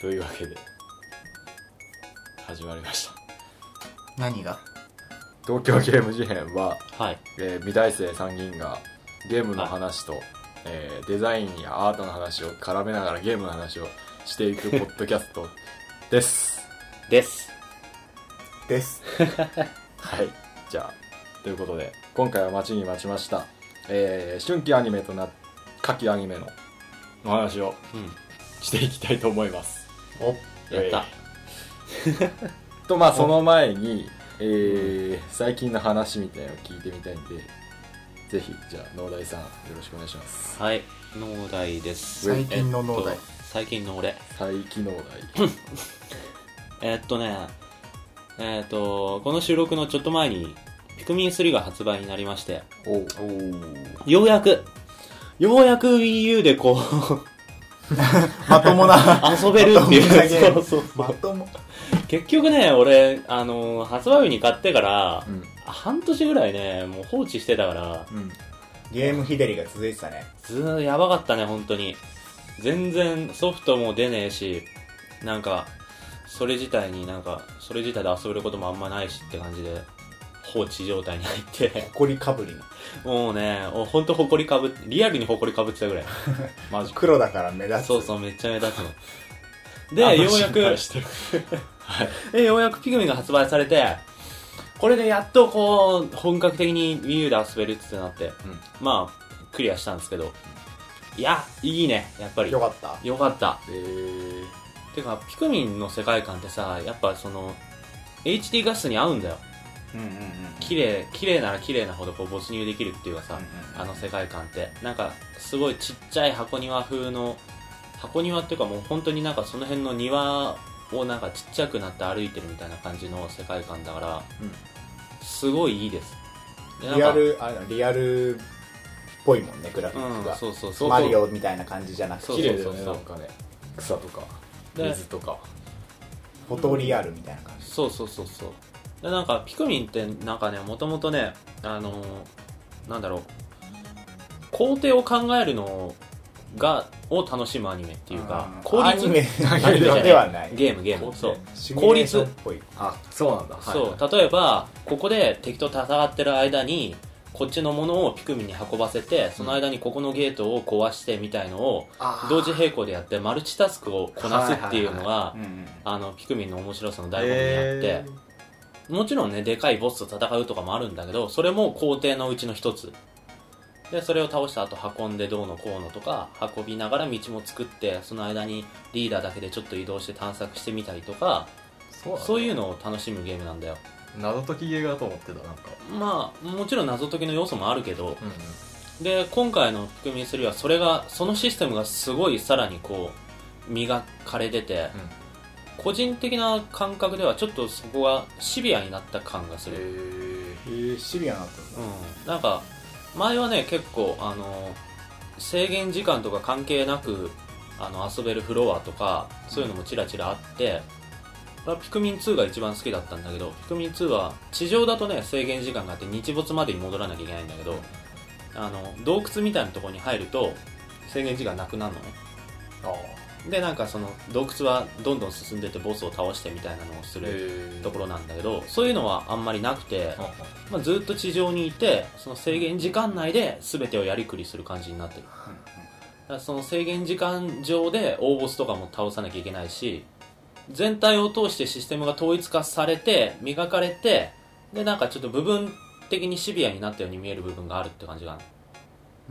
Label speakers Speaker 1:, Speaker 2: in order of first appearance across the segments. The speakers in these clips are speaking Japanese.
Speaker 1: というわけで始まりまし
Speaker 2: 何が
Speaker 1: た東京ゲーム事変は、
Speaker 3: はい。
Speaker 1: えー美大生参議院がゲームの話と、えーデザインやアートの話を絡めながらゲームの話をしていくポッドキャス トです
Speaker 3: です。
Speaker 2: です
Speaker 1: はいじゃあということで今回は待ちに待ちました、えー春季アニメとな夏季アニメのお話を
Speaker 3: うん。
Speaker 1: していきたいと思います
Speaker 2: お
Speaker 3: やった。
Speaker 1: とまあその前に、えー最近の話みたいなのを聞いてみたいんでぜひじゃあ農大さんよろしくお願いします
Speaker 3: はい。農大です。
Speaker 2: 最近の農
Speaker 3: え
Speaker 2: 大
Speaker 3: っと最近の俺。
Speaker 1: 再起農
Speaker 3: えっとね、えっと、この収録のちょっと前に、ピクミン3が発売になりまして、
Speaker 1: 大おう
Speaker 2: お
Speaker 3: ようやく、ようやく Wii U でこ う、
Speaker 2: まともな
Speaker 3: 遊べるっていう。
Speaker 2: まともなゲーム
Speaker 3: そうそ
Speaker 2: ま
Speaker 3: う。
Speaker 2: とも
Speaker 3: 結局ね、俺、あのー、発売日に買ってから
Speaker 1: う、ん
Speaker 3: 半年ぐらいね、もう放置してたから、
Speaker 1: うん
Speaker 2: ゲーム日照りが続いてたね
Speaker 3: ずーやばかったね、本当に。全然ソフトも出ねえし、なんか、それ自体になんか、それ自体で遊べることもあんまないしって感じで、放置状態に入って、
Speaker 2: こりかぶり
Speaker 3: もうね、おほんと埃かぶっ、リアルに埃かぶってたぐらい。
Speaker 1: マジか
Speaker 2: 黒だから目立つ
Speaker 3: そうそうう、めっちゃ目立つの。
Speaker 1: あ
Speaker 3: で、ようや
Speaker 1: 心配
Speaker 3: く、
Speaker 1: してる
Speaker 3: えようやくピグミンが発売されて、これでやっとこう、本格的に Wii U で遊べるってなって、
Speaker 1: うん
Speaker 3: まあ、クリアしたんですけど、いや、いいね、やっぱり。
Speaker 2: よかった
Speaker 3: よかった。
Speaker 1: えー
Speaker 3: てかピクミンの世界観ってさやっぱその HD 画質に合うんだよ
Speaker 2: うんうんうん
Speaker 3: 綺麗綺麗なら綺麗なほどこう没入できるっていうかさ、あの世界観ってなんかすごいちっちゃい箱庭風の箱庭っていうかもう本当になんかその辺の庭をなんかちっちゃくなって歩いてるみたいな感じの世界観だからすごいいいですでなん
Speaker 2: リ
Speaker 3: か
Speaker 2: アルあのリアルっぽいもんねグラフィック
Speaker 3: うん
Speaker 2: が
Speaker 3: そうそうそう
Speaker 2: マリオみたいな感じじゃなく
Speaker 3: そう
Speaker 1: 綺
Speaker 2: て
Speaker 1: 麗だよねな
Speaker 3: そうん
Speaker 1: かね草とか
Speaker 3: で
Speaker 1: 水とか
Speaker 2: フォトリアルみたいな感じ
Speaker 3: そうそうそうそうでなんかピクミンってなんかねもともとねあのーなんだろう工程を考えるのがを楽しむアニメっていうか
Speaker 2: ん
Speaker 3: 効
Speaker 2: ア
Speaker 3: 率
Speaker 2: ニ メ
Speaker 1: アニメ
Speaker 2: で
Speaker 1: じゃない
Speaker 2: はない
Speaker 3: ゲームゲー
Speaker 1: 工
Speaker 3: ム
Speaker 1: 程
Speaker 3: そう
Speaker 2: シミュレーションっぽい
Speaker 1: あそうなんだ
Speaker 3: そう例えばここで敵と戦ってる間にこっちのものをピクミンに運ばせてその間にここのゲートを壊してみたいのを同時並行でやってマルチタスクをこなすっていうのが
Speaker 2: うんうん
Speaker 3: あのピクミンの面白さの醍醐味にあって、もちろんねでかいボスと戦うとかもあるんだけどそれも工程のうちの一つでそれを倒した後運んでどうのこうのとか運びながら道も作ってその間にリーダーだけでちょっと移動して探索してみたりとか
Speaker 1: そう
Speaker 3: そういううのを楽しむゲームなんだよ
Speaker 1: 謎解きゲーだと思ってたなんか
Speaker 3: まあもちろん謎解きの要素もあるけど
Speaker 1: うんうん
Speaker 3: で今回の「ピクミン3」はそれがそのシステムがすごいさらにこう磨かれてて、個人的な感覚ではちょっとそこがシビアになった感がする、
Speaker 1: え
Speaker 2: えーシビアになったんだ
Speaker 3: うん、なんか前はね結構あの制限時間とか関係なくあの遊べるフロアとかそういうのもちらちらあって、これはピクミン2が一番好きだったんだけどピクミン2は地上だとね制限時間があって日没までに戻らなきゃいけないんだけどあの洞窟みたいなところに入ると制限時間なくなるのね
Speaker 1: ああ
Speaker 3: でなんかその洞窟はどんどん進んでってボスを倒してみたいなのをするとこ
Speaker 1: ろ
Speaker 3: ろなんだけどそういうのはあんまりなくて、
Speaker 1: あ
Speaker 3: まあ、ずっと地上にいてその制限時間内で全てをやりくりする感じになってるだからその制限時間上で大ボスとかも倒さなきゃいけないし全体を通してシステムが統一化されて磨かれてでなんかちょっと部分的にシビアになったように見える部分があるって感じがある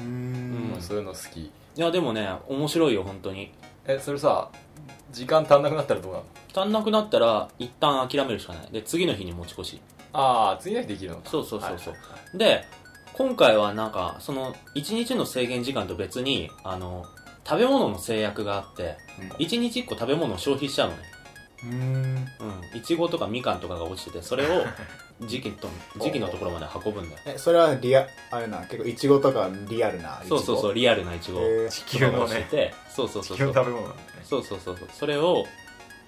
Speaker 2: う
Speaker 3: うん
Speaker 2: ん
Speaker 1: そういうの好き
Speaker 3: いやでもね面白いよ本当に
Speaker 1: えそれさ時間足んなくなったらどうなの
Speaker 3: 足んなくなったら一旦諦めるしかないで次の日に持ち越し
Speaker 1: ああ次の日できるの
Speaker 3: そうそうそ
Speaker 1: は
Speaker 3: うそう
Speaker 1: いはいは
Speaker 3: で今回はなんかその1日の制限時間と別にあの食べ物の制約があって
Speaker 2: うん
Speaker 3: 1日1個食べ物を消費しちゃうのね
Speaker 2: うん
Speaker 3: うんいちごとかみかんとかが落ちててそれ を時期と時期のところまで運ぶんだよ
Speaker 2: えそれはリアあれな結構いちごとかリアルなイチ
Speaker 3: そ
Speaker 2: ゴ
Speaker 3: うそうそうリアルないちご
Speaker 2: えー
Speaker 1: 地
Speaker 3: とかが落ちててそうそうそうそ
Speaker 1: べ
Speaker 3: う
Speaker 1: 物なんだね
Speaker 3: そうそうそうそうそれを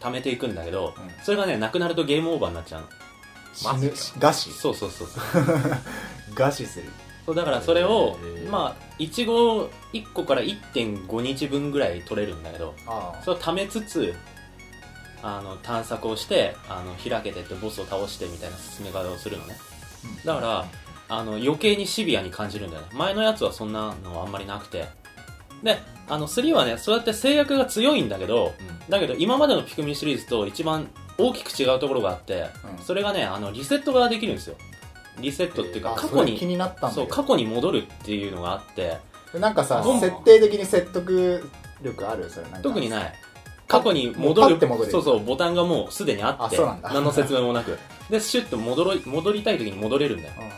Speaker 3: 貯めていくんだけど、
Speaker 2: うん
Speaker 3: それがねなくなるとゲームオーバーになっちゃうの
Speaker 2: 死
Speaker 1: マジ
Speaker 2: ぬ
Speaker 1: か
Speaker 2: 餓死
Speaker 3: そうそうそうそう
Speaker 2: 餓死する
Speaker 3: そうだからそれを
Speaker 1: へー
Speaker 3: まあいちご1個から1.5日分ぐらい取れるんだけど
Speaker 2: あ
Speaker 3: それを貯めつつあの探索をしてあの開けてってボスを倒してみたいな進め方をするのねだからあの余計にシビアに感じるんだよね前のやつはそんなのはあんまりなくてであの3はねそうやって制約が強いんだけどだけど今までのピクミンシリーズと一番大きく違うところがあって、
Speaker 2: うん
Speaker 3: それがねあのリセットができるんですよリセットっていうか、
Speaker 2: あ
Speaker 3: 過
Speaker 2: そ
Speaker 3: 去
Speaker 2: れ気
Speaker 3: に
Speaker 2: になったんだ
Speaker 3: そう
Speaker 2: けど
Speaker 3: 過去に戻るっていうのがあって
Speaker 2: なんかさ
Speaker 3: どん
Speaker 2: 設定的に説得力あるそれなんか
Speaker 3: 特にない
Speaker 2: か
Speaker 3: 過去に
Speaker 2: もう
Speaker 3: 戻
Speaker 2: パ
Speaker 3: る
Speaker 2: ッて戻れる
Speaker 3: そうそうボタンがもうすでにあっ
Speaker 2: あ
Speaker 3: て
Speaker 2: そうなんだ
Speaker 3: 何の説明もなくでシュッと戻ろい戻りたい時に戻れるんだよ
Speaker 2: うんうん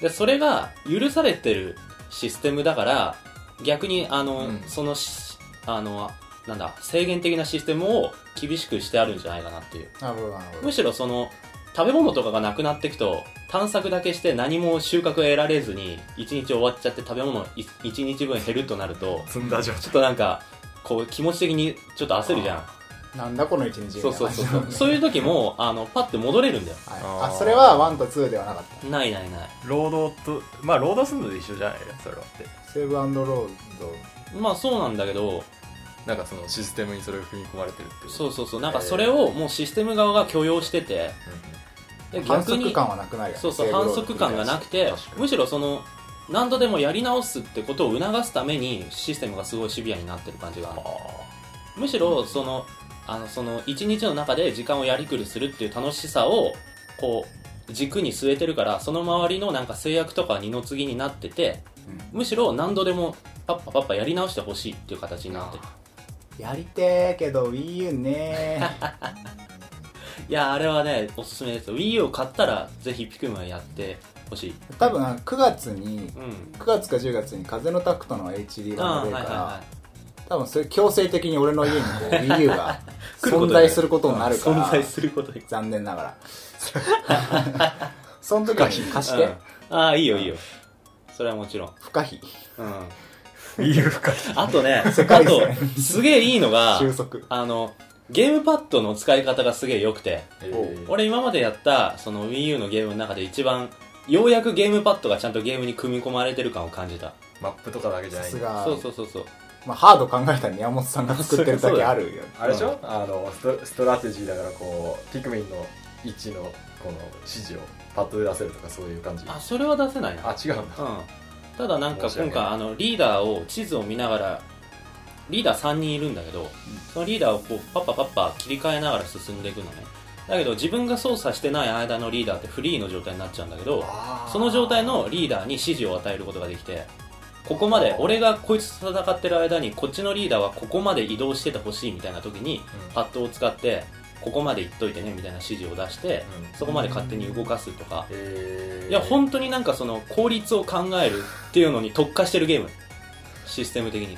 Speaker 3: でそれが許されてるシステムだから逆にあの、
Speaker 1: うん
Speaker 3: そのしあのなんだ制限的なシステムを厳しくしてあるんじゃないかなっていう
Speaker 2: なるほどなるほ
Speaker 3: むしろその食べ物とかがなくなっていくと探索だけして何も収穫得られずに一日終わっちゃって食べ物い一日分減るとなると
Speaker 4: 積んだ状態
Speaker 3: ちょっとなんかこう気持ち的にちょっと焦るじゃん
Speaker 2: どなんだこの一日みたいう
Speaker 3: そ
Speaker 2: な
Speaker 3: そうそうそうそういう時もあのパッて戻れるんだよ
Speaker 2: はい
Speaker 4: あ
Speaker 2: あ
Speaker 4: ー
Speaker 2: それは1と2ではなかっ
Speaker 3: ないないない
Speaker 4: 労働とまあ労働するのと一緒じゃないそれはって
Speaker 2: たセーブアンドロード
Speaker 3: まあそうなんだけど
Speaker 1: なんかそのシステムにそれが組み込まれてるって、
Speaker 3: そううそうそうなんかそれをもうシステム側が許容しててで
Speaker 2: 反則感はなくなるよね
Speaker 3: そうそう
Speaker 2: セーブ
Speaker 3: 反
Speaker 2: ロード
Speaker 3: 則感がなくて
Speaker 1: 確かに
Speaker 3: むしろその何度でもやり直すってことを促すためにシステムがすごいシビアになってる感じがあるむしろそのあのその一日の中で時間をやりくりするっていう楽しさをこう軸に据えてるからその周りのなんか制約とかは二の次になってて
Speaker 2: うん
Speaker 3: むしろ何度でもパッパパッパやり直してほしいっていう形になってる
Speaker 2: やりてーけど WiiU ねー
Speaker 3: いやあれはねおすすめです WiiU を買ったらぜひピクムはやってほしい
Speaker 2: 多分9月に
Speaker 3: うん
Speaker 2: 9月か10月に風のタクトの HD
Speaker 3: あ
Speaker 2: 版が
Speaker 3: あは
Speaker 2: 出
Speaker 3: い
Speaker 2: る
Speaker 3: は
Speaker 2: か
Speaker 3: い
Speaker 2: ら、
Speaker 3: はい
Speaker 2: 多分それ強制的に俺の家にこう WiiU が
Speaker 3: 来ること
Speaker 2: 存
Speaker 3: にな
Speaker 2: 在
Speaker 3: る
Speaker 2: することになるから
Speaker 3: 存在することに
Speaker 2: 残念なが らその時は貸して、
Speaker 3: うんああいいよいいよそれはもちろん、
Speaker 2: 不可避
Speaker 3: うん、
Speaker 4: 理由か
Speaker 3: あとねあ
Speaker 2: 界線
Speaker 3: とすげえいいのが
Speaker 2: 収束
Speaker 3: あのゲームパッドの使い方がすげえ良くて
Speaker 1: え
Speaker 2: おう
Speaker 1: ー、
Speaker 3: 俺今までやったその WiiU のゲームの中で一番ようやくゲームパッドがちゃんとゲームに組み込まれてる感を感じた
Speaker 1: マップとかだけじゃ
Speaker 2: さ
Speaker 1: ない
Speaker 2: すが
Speaker 3: そうそうそうそう
Speaker 2: まあ、ハード考えたら宮本さんが作ってるだけあるよね
Speaker 1: あれでしょ、あのストストラテジーだからこうピクミンの位置のこの指示をパッとで出せるとかそういう感じ
Speaker 3: あそれは出せないな
Speaker 1: あ違うんだ
Speaker 3: うん、ただなんか
Speaker 1: 申し訳
Speaker 3: 今
Speaker 1: ない
Speaker 3: 回あのリーダーを地図を見ながらリーダー3人いるんだけど、そのリーダーをこうパッパパッパ切り替えながら進んでいくのねだけど自分が操作してない間のリーダーってフリーの状態になっちゃうんだけどその状態のリーダーに指示を与えることができてここまで
Speaker 1: あー
Speaker 3: 俺がこいつと戦ってる間にこっちのリーダーはここまで移動しててほしいみたいな時にパッドを使ってここまで行っといてねみたいな指示を出して
Speaker 1: うん
Speaker 3: そこまで勝手に動かすとか
Speaker 1: えー、
Speaker 3: いや本当になんかその効率を考えるっていうのに特化してるゲームシステム的に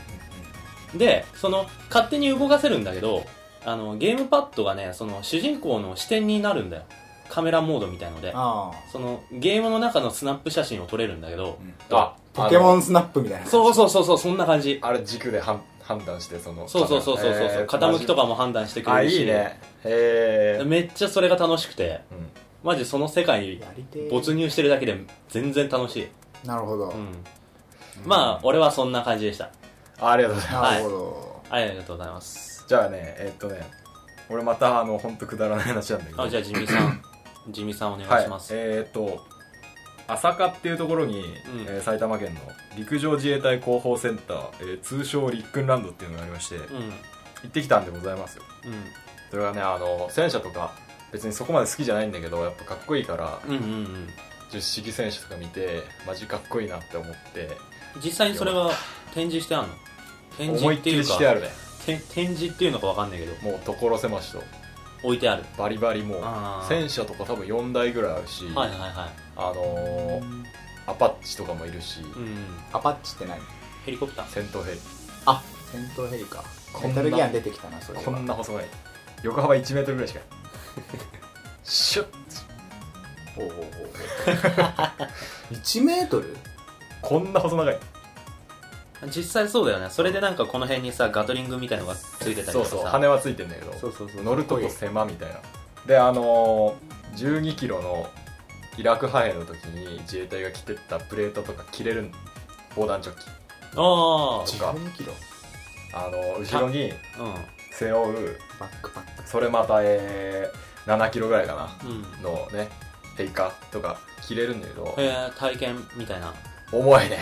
Speaker 3: でその勝手に動かせるんだけどあのゲームパッドがねその主人公の視点になるんだよカメラモードみたいので
Speaker 2: あ
Speaker 3: そのゲームの中のスナップ写真を撮れるんだけど、
Speaker 1: あ
Speaker 2: あポケモ
Speaker 1: ン
Speaker 2: ンスナップみたいな
Speaker 3: そうそうそうそうそんな感じ
Speaker 1: あれ軸で判判断してその
Speaker 3: そうそうそうそうそう、
Speaker 1: えー
Speaker 3: 傾きとかも判断してく
Speaker 1: あ
Speaker 3: れるし
Speaker 1: いいねへえ
Speaker 3: めっちゃそれが楽しくて
Speaker 1: うん
Speaker 3: マジその世界に
Speaker 2: やりてー
Speaker 3: 没入してるだけで全然楽しい、
Speaker 2: なるほど、
Speaker 3: うん、まあ俺はそんな感じでした
Speaker 1: あありがとうございます
Speaker 2: なるほど、
Speaker 3: はいありがとうございます
Speaker 1: じゃあねえーっとね俺またあの本当くだらない話なんだけど
Speaker 3: あじゃあ地味さん地味さんお願いします、
Speaker 1: はい、えーっと朝霞っていうところに、えー埼玉県の陸上自衛隊広報センター、えー通称りっくんランドっていうのがありまして、
Speaker 3: うん
Speaker 1: 行ってきたんでございますよそれはねあの戦車とか別にそこまで好きじゃないんだけどやっぱかっこいいから
Speaker 3: うんうんうんうん
Speaker 1: 十式戦車とか見てマジかっこいいなって思って
Speaker 3: 実際にそれは展示してあるの展
Speaker 1: 思いっ
Speaker 3: 示って
Speaker 1: き
Speaker 3: い
Speaker 1: り
Speaker 3: うか
Speaker 1: してあるね
Speaker 3: て展示っていうのかわかんないけど
Speaker 1: もう所狭しと
Speaker 3: 置いてある
Speaker 1: バリバリもう
Speaker 3: あー
Speaker 1: 戦車とか多分4台ぐらいあるし、
Speaker 3: はいはいは
Speaker 1: あのーアパッチとかもいるし、
Speaker 3: い、うん、
Speaker 2: アパッチって何
Speaker 3: ヘリコプター
Speaker 1: 戦闘兵
Speaker 2: あ戦闘ヘリか
Speaker 1: こん
Speaker 2: メ
Speaker 1: な
Speaker 2: タルギアに出てきたなそれは
Speaker 1: こんな細ない横幅1メートルぐらいしかないシュッ
Speaker 2: おうおうおうおう 1メートル
Speaker 1: こんな細長い
Speaker 3: 実際そうだよねそれでなんかこの辺にさガトリングみたいのがついてたりとかさ
Speaker 1: そうそう羽はついてんだけど
Speaker 3: そうそうそう
Speaker 1: 乗るとこ狭みたいなであの1 2キロのイラク派兵の時に自衛隊が着てったプレートとか切れる防弾チョッキ
Speaker 3: あ
Speaker 1: と
Speaker 2: 1
Speaker 1: か
Speaker 2: 2キロ
Speaker 1: あの後ろに
Speaker 3: あうん
Speaker 1: 背負う
Speaker 2: バックパック
Speaker 1: それまたえー7キロぐらいかな
Speaker 3: うん
Speaker 1: のねペイカとか着れるんだけど
Speaker 3: えー、体験みたいな
Speaker 1: 重いね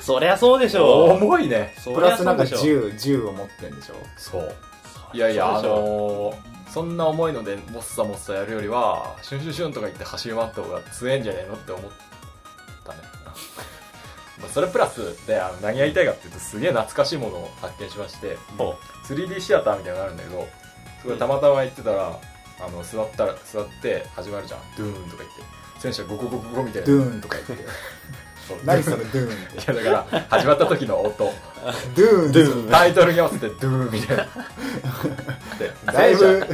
Speaker 3: そりゃそうでしょ
Speaker 1: 重いね
Speaker 3: そ
Speaker 2: プ
Speaker 3: り
Speaker 2: ラ
Speaker 3: ゃ
Speaker 2: スなん
Speaker 3: そう
Speaker 2: か
Speaker 3: でしょ
Speaker 2: 銃銃を持ってんでしょ
Speaker 1: そうい
Speaker 3: そりゃ
Speaker 1: やいやあ
Speaker 3: そうでしょ
Speaker 1: のーそんな重いのでもっさもっさやるよりはシュンシュンシュンとか言って走り回った方が強えんじゃねえのって思ったね まあそれプラスであの何が言いたいかっていうとすげえ懐かしいものを発見しまして
Speaker 4: ほ
Speaker 1: 3D シアターみたいなのがあるんだけどそこでたまたま行ってたら、あの座ったら座って始まるじゃんドゥーンとか言って戦車ゴゴゴゴゴみたいな
Speaker 2: ドゥーンとか言って
Speaker 1: そう
Speaker 2: 何それドゥーンっ
Speaker 1: いやだから始まった時の音
Speaker 2: てドゥーン
Speaker 1: タイトルに合わせてドゥーンみたいなで
Speaker 2: だいぶ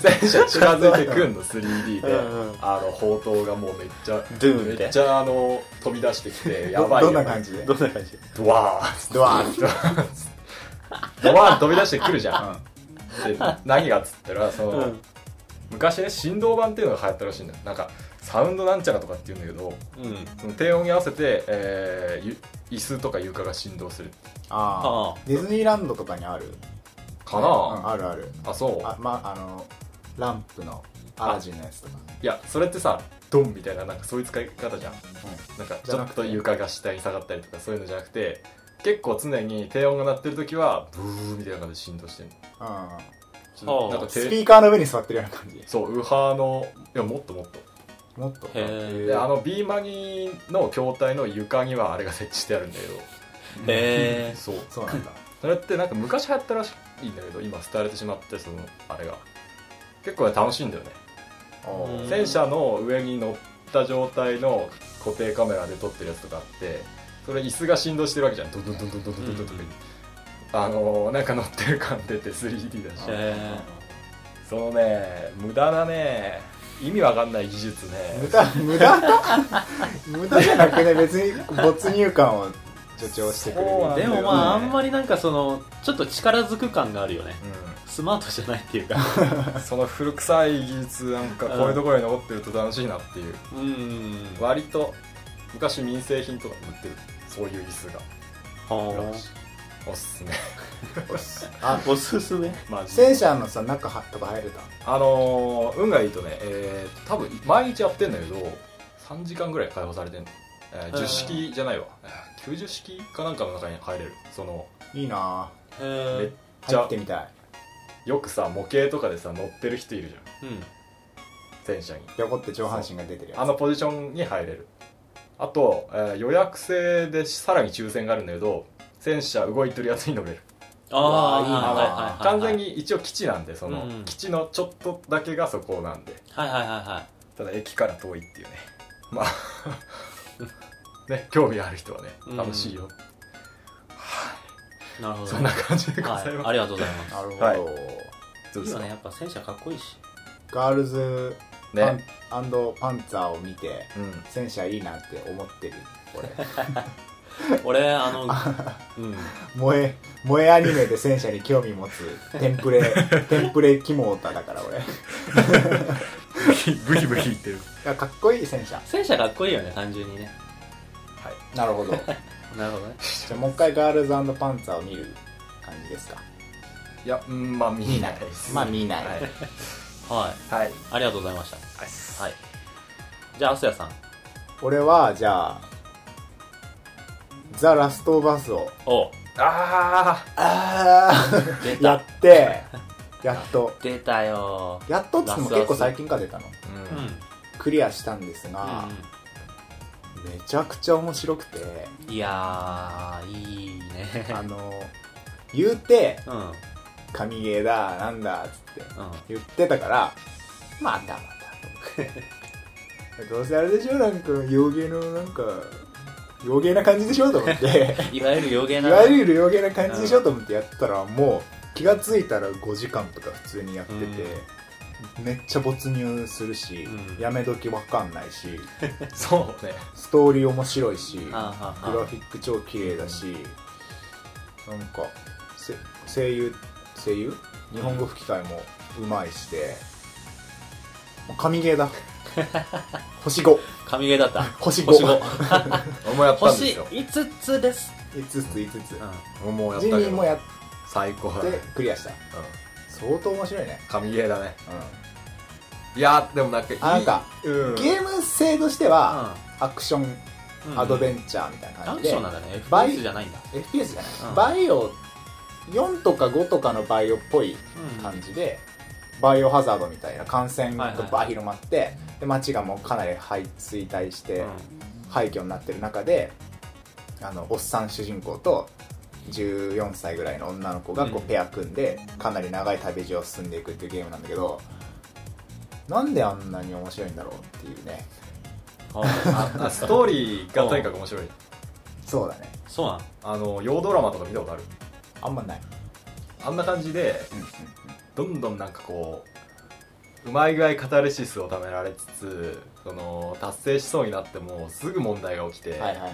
Speaker 1: 戦車近づいてくんの 3D で、
Speaker 2: うんうん
Speaker 1: あの砲塔がもうめっちゃ
Speaker 4: ドゥーン
Speaker 1: め
Speaker 4: みたい
Speaker 1: っちゃあの飛び出してきてやばい
Speaker 2: ど
Speaker 1: よ
Speaker 2: んな感じで
Speaker 4: どんな感じ
Speaker 1: ドワー
Speaker 2: ドワーン
Speaker 1: ンドワーンドワーン飛び出してくるじゃん、
Speaker 2: うん
Speaker 1: で何がっつったらその、
Speaker 3: うん
Speaker 1: 昔ね振動板っていうのが流行ったらしいんだよなんかサウンドなんちゃらとかっていうんだけど
Speaker 3: うん
Speaker 1: その低音に合わせて、えーゆ椅子とか床が振動する
Speaker 2: あ
Speaker 3: ああ
Speaker 2: あディズニーランドとかにある
Speaker 1: かな、
Speaker 2: うんあるある
Speaker 1: あそう
Speaker 2: あまああのランプのアラジンのやつとか
Speaker 1: いやそれってさドンみたいななんかそういう使い方じゃんなんかち
Speaker 2: じゃ
Speaker 1: ょ
Speaker 2: な
Speaker 1: っ
Speaker 2: くて
Speaker 1: と床が下に下がったりとかそういうのじゃなくて結構常に低音が鳴ってる時はブーみたいな感じで振動してる
Speaker 2: うんうん
Speaker 3: ああ
Speaker 1: なんか
Speaker 2: ス
Speaker 1: 低
Speaker 2: ピーカーの上に座ってるような感じ
Speaker 1: そうウハーのいやもっともっと
Speaker 2: もっと
Speaker 3: へえ
Speaker 1: であの B マギの筐体の床にはあれが設置してあるんだけど
Speaker 3: へえ
Speaker 1: そう
Speaker 2: そうなんだ
Speaker 1: それってなんか昔流行ったらしいんだけど今廃れてしまってそのあれが結構ね楽しいんだよね
Speaker 2: お
Speaker 3: うん
Speaker 2: ー
Speaker 1: 戦車の上に乗った状態の固定カメラで撮ってるやつとかあってそれ椅子が振動してるわけじゃんドドドドドドドドドドあのーなんか乗ってる感出て 3D だし
Speaker 3: へ
Speaker 1: そのね無駄なね意味わかんない技術ね
Speaker 2: 無駄無駄だ無駄じゃなくね別に没入感を助長してくれる
Speaker 1: そうなんだ
Speaker 3: で
Speaker 1: よね
Speaker 3: もまああんまりなんかそのちょっと力づく感があるよねスマートじゃないっていうか
Speaker 1: うんその古臭い技術なんかこういうところに残ってると楽しいなっていう
Speaker 3: うん
Speaker 1: 割と昔民生品とか売ってるそういう椅子が
Speaker 3: は
Speaker 1: おすすめ
Speaker 2: あ
Speaker 3: あおすすめ
Speaker 1: マジで
Speaker 2: 戦車のさ中はとか入れた
Speaker 1: あのー運がいいとね、えー多分毎日やってんだけど3時間ぐらい解放されてんの、えー
Speaker 3: うん
Speaker 1: 10式じゃないわえー90式かなんかの中に入れるその
Speaker 2: いいな
Speaker 3: へ
Speaker 1: めっ
Speaker 3: え
Speaker 2: ぁ
Speaker 1: じゃあ
Speaker 2: 入ってみたい
Speaker 1: よくさ模型とかでさ乗ってる人いるじゃん
Speaker 3: うん
Speaker 1: 戦車に
Speaker 2: 横って上半身が出てるやつ
Speaker 1: あのポジションに入れるあと、えー予約制でさらに抽選があるんだけど戦車動いてるやつに乗れる
Speaker 3: ああ
Speaker 2: うわいいな
Speaker 3: はいはいはいはい
Speaker 1: 完全に一応基地なんでその、
Speaker 3: うん
Speaker 1: 基地のちょっとだけがそこなんで
Speaker 3: はいはいはいはい
Speaker 1: ただ駅から遠いっていうねまあ ね興味ある人はね
Speaker 3: うん
Speaker 1: 楽しいよ、
Speaker 3: なるほど
Speaker 1: そんな感じでございます、
Speaker 3: はい、ありがとうございます
Speaker 2: なるほど、
Speaker 1: はいどうです
Speaker 3: 今
Speaker 1: か
Speaker 3: ねやっぱ戦車かっこいいし
Speaker 2: ガールズパン、
Speaker 1: ね
Speaker 2: アンドパンツァーを見て
Speaker 1: うん
Speaker 2: 戦車いいなって思ってる俺
Speaker 3: 俺あのうん
Speaker 2: 萌え萌えアニメで戦車に興味持つテンプレテンプレキモータだから俺い
Speaker 1: ブヒブヒ言ってる
Speaker 2: やかっこいい戦車
Speaker 3: 戦車かっこいいよね単純にね
Speaker 1: はい
Speaker 2: なるほどじ
Speaker 3: なるほどね
Speaker 2: ゃあもう一回ガールズパンツァーを見る感じですか
Speaker 1: いやうんまあ見ないです
Speaker 2: まあ見ない、
Speaker 1: はい、
Speaker 3: はい
Speaker 1: はい、
Speaker 3: ありがとうございましたはいじゃあアスヤさん
Speaker 2: 俺はじゃあ「ザ・ラスト・オブ・アス」を
Speaker 3: お
Speaker 1: あ
Speaker 2: あー
Speaker 3: 出
Speaker 2: や
Speaker 3: た
Speaker 2: ってやっと
Speaker 3: 出たよ
Speaker 2: やっとっつっても結構最近から出たの
Speaker 1: ー
Speaker 3: うん
Speaker 1: うん
Speaker 2: クリアしたんですが、めちゃくちゃ面白くて
Speaker 3: うんいやーいいね
Speaker 2: あの言うて
Speaker 3: うんうん
Speaker 2: 神ゲーだなんだっつって言ってたからまたまたどうせあれでしょなんか妖芸のなんか妖芸な感じでしょと 思って
Speaker 3: いわゆる妖芸
Speaker 2: い
Speaker 3: な
Speaker 2: わゆる妖芸な感じでしょと思ってやったらもう気がついたら5時間とか普通にやってて、めっちゃ没入するし、
Speaker 3: うん
Speaker 2: やめ時わかんないし
Speaker 1: そうね
Speaker 2: ストーリー面白いしグ
Speaker 3: はあ
Speaker 2: ラ
Speaker 3: はあは
Speaker 2: フィック超綺麗だし、なんかせ声優声優日本語吹き替えもうまいして、もう神ゲー だ星5
Speaker 3: 神ゲーだった
Speaker 2: 星5
Speaker 3: 星5
Speaker 1: 俺もやったんで
Speaker 3: 星
Speaker 1: すよ
Speaker 3: 5つです
Speaker 2: 5つ5つ
Speaker 3: うん
Speaker 1: 俺もやっ
Speaker 2: ジ
Speaker 1: た
Speaker 2: ミ
Speaker 1: け
Speaker 2: ー
Speaker 1: ど
Speaker 2: もやっ
Speaker 1: 最高だね、
Speaker 2: でクリアした
Speaker 1: うん、
Speaker 2: 相当面白いね
Speaker 1: 神ゲーだね
Speaker 2: う
Speaker 1: いやーでもなんかいい
Speaker 2: あなんか
Speaker 1: うん
Speaker 2: んゲーム性としては、アクションアドベンチャーみたいな
Speaker 3: ア
Speaker 2: 感
Speaker 3: ク
Speaker 2: じ
Speaker 3: シ
Speaker 2: で、
Speaker 3: ョンなんだね
Speaker 2: バイ
Speaker 3: FPS じゃないんだ
Speaker 2: FPS じゃない、
Speaker 3: うん
Speaker 2: バイオ4とか5とかのバイオっぽい感じで、バイオハザードみたいな感染がバー広まって、で街がもうかなり廃衰退して、廃墟になってる中であのおっさん主人公と14歳ぐらいの女の子がこ
Speaker 3: う
Speaker 2: う
Speaker 3: ん
Speaker 2: ペア組んで、かなり長い旅路を進んでいくっていうゲームなんだけどなんであんなに面白いんだろうっていうね
Speaker 3: うんあ
Speaker 1: あストーリーがとにかく面白い
Speaker 2: そうだね
Speaker 3: そうなの
Speaker 1: あの洋ドラマとか見たことある
Speaker 2: あんまない、
Speaker 1: あんな感じで
Speaker 2: うんうん
Speaker 1: どんどんなんかこううまい具合カタルシスをためられつつその達成しそうになってもすぐ問題が起きて、
Speaker 2: うん、はいはいはい、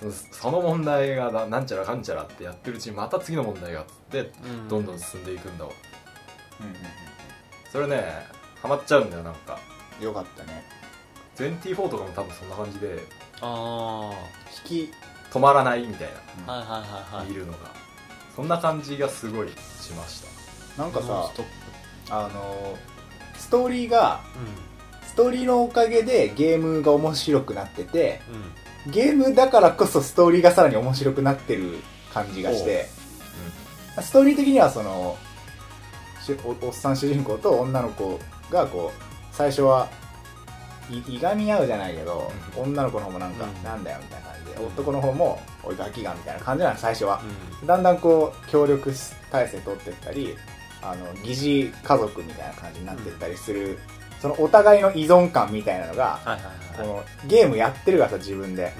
Speaker 1: そのその問題がななんちゃらかんちゃらってやってるうちにまた次の問題があって
Speaker 3: うん
Speaker 1: どんどん進んでいくんだわ
Speaker 2: うんうん
Speaker 1: それねハマっちゃうんだよなんか
Speaker 2: うんよかったね
Speaker 1: 24とかも多分そんな感じで
Speaker 3: あ
Speaker 2: 引き
Speaker 1: 止まらないみたい
Speaker 3: あはいはいはい
Speaker 1: な
Speaker 3: はい
Speaker 1: 見るのがそんな感じがすごいしました
Speaker 2: なんか
Speaker 3: ノン
Speaker 2: さ
Speaker 3: ストッ
Speaker 2: あのストーリーが
Speaker 3: プ
Speaker 2: ストーリーのおかげでゲームが面白くなってて
Speaker 3: うんうん
Speaker 2: ゲームだからこそストーリーがさらに面白くなってる感じがして、ストーリー的にはそのしおおっさん主人公と女の子がこう最初はいいがみ合うじゃないけど女の子の方もなんか、
Speaker 3: うん
Speaker 2: なんだよみたいな感じで
Speaker 3: うん
Speaker 2: 男の方もおいガキがみたいな感じなの最初は
Speaker 3: う、ん
Speaker 2: だんだんこう協力体制取ってったりあの疑似家族みたいな感じになってったりする、そのお互いの依存感みたいなのが、
Speaker 3: はいはい
Speaker 2: こ
Speaker 3: はい
Speaker 2: のゲームやってるからさ自分で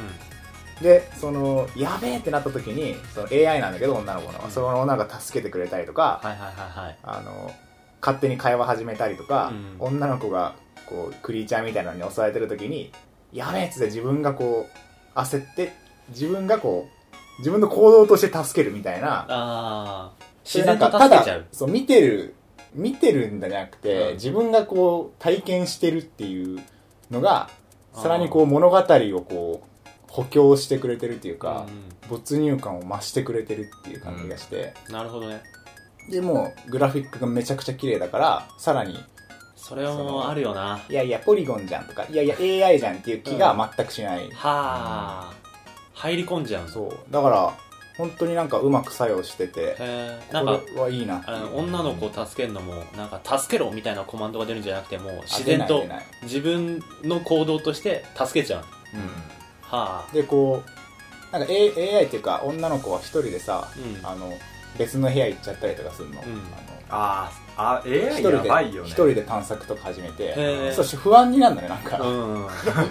Speaker 3: う
Speaker 2: でそのやべえってなった時にその AI なんだけど女の子の、
Speaker 3: うん
Speaker 2: その女の子が助けてくれたりとか、
Speaker 3: んはいはいはいはい
Speaker 2: あの勝手に会話始めたりとか、
Speaker 3: うん
Speaker 2: 女の子がこうクリーチャーみたいなのに襲われてる時にやべえっつって自分がこう焦って自分がこう自分の行動として助けるみたいな
Speaker 3: ああ
Speaker 2: それ
Speaker 3: 自
Speaker 2: な
Speaker 3: 然
Speaker 2: んか
Speaker 3: と助けちゃ
Speaker 2: ただ
Speaker 3: う
Speaker 2: そう見てる見てるんじゃなくて、
Speaker 3: うん
Speaker 2: 自分がこう体験してるっていうのがさらにこう物語をこう補強してくれてるっていうか
Speaker 3: う、ん
Speaker 2: 没入感を増してくれてるっていう感じがして、
Speaker 3: なるほどね
Speaker 2: でもうグラフィックがめちゃくちゃ綺麗だからさらに
Speaker 3: それもあるよない
Speaker 2: やいやポリゴンじゃんとかいやいや AI じゃんっていう気が全くしない、
Speaker 3: はあ入り込んじゃう
Speaker 2: そうだから本当になんかうまく作用してて
Speaker 3: へえ
Speaker 2: こ
Speaker 3: なんか
Speaker 2: れはいいなってい
Speaker 3: あ
Speaker 2: う
Speaker 3: の女の子を助けるのもなんか助けろみたいなコマンドが出るんじゃなくてもう自然と
Speaker 2: 出ない
Speaker 3: 自分の行動として助けちゃう
Speaker 2: 出ない
Speaker 3: はあ
Speaker 2: でこうなんか、A、AI っていうか女の子は一人でさ、
Speaker 3: うん
Speaker 2: あの別の部屋行っちゃったりとかするの,、
Speaker 3: うん
Speaker 2: あ
Speaker 1: あーあ
Speaker 2: の
Speaker 1: AI
Speaker 2: 一
Speaker 1: や
Speaker 2: 人で
Speaker 1: ばいよ
Speaker 2: 一
Speaker 1: ね
Speaker 2: 人で探索とか始め
Speaker 3: へ
Speaker 2: て
Speaker 3: ー
Speaker 2: そして不安になるのよなんか、
Speaker 3: う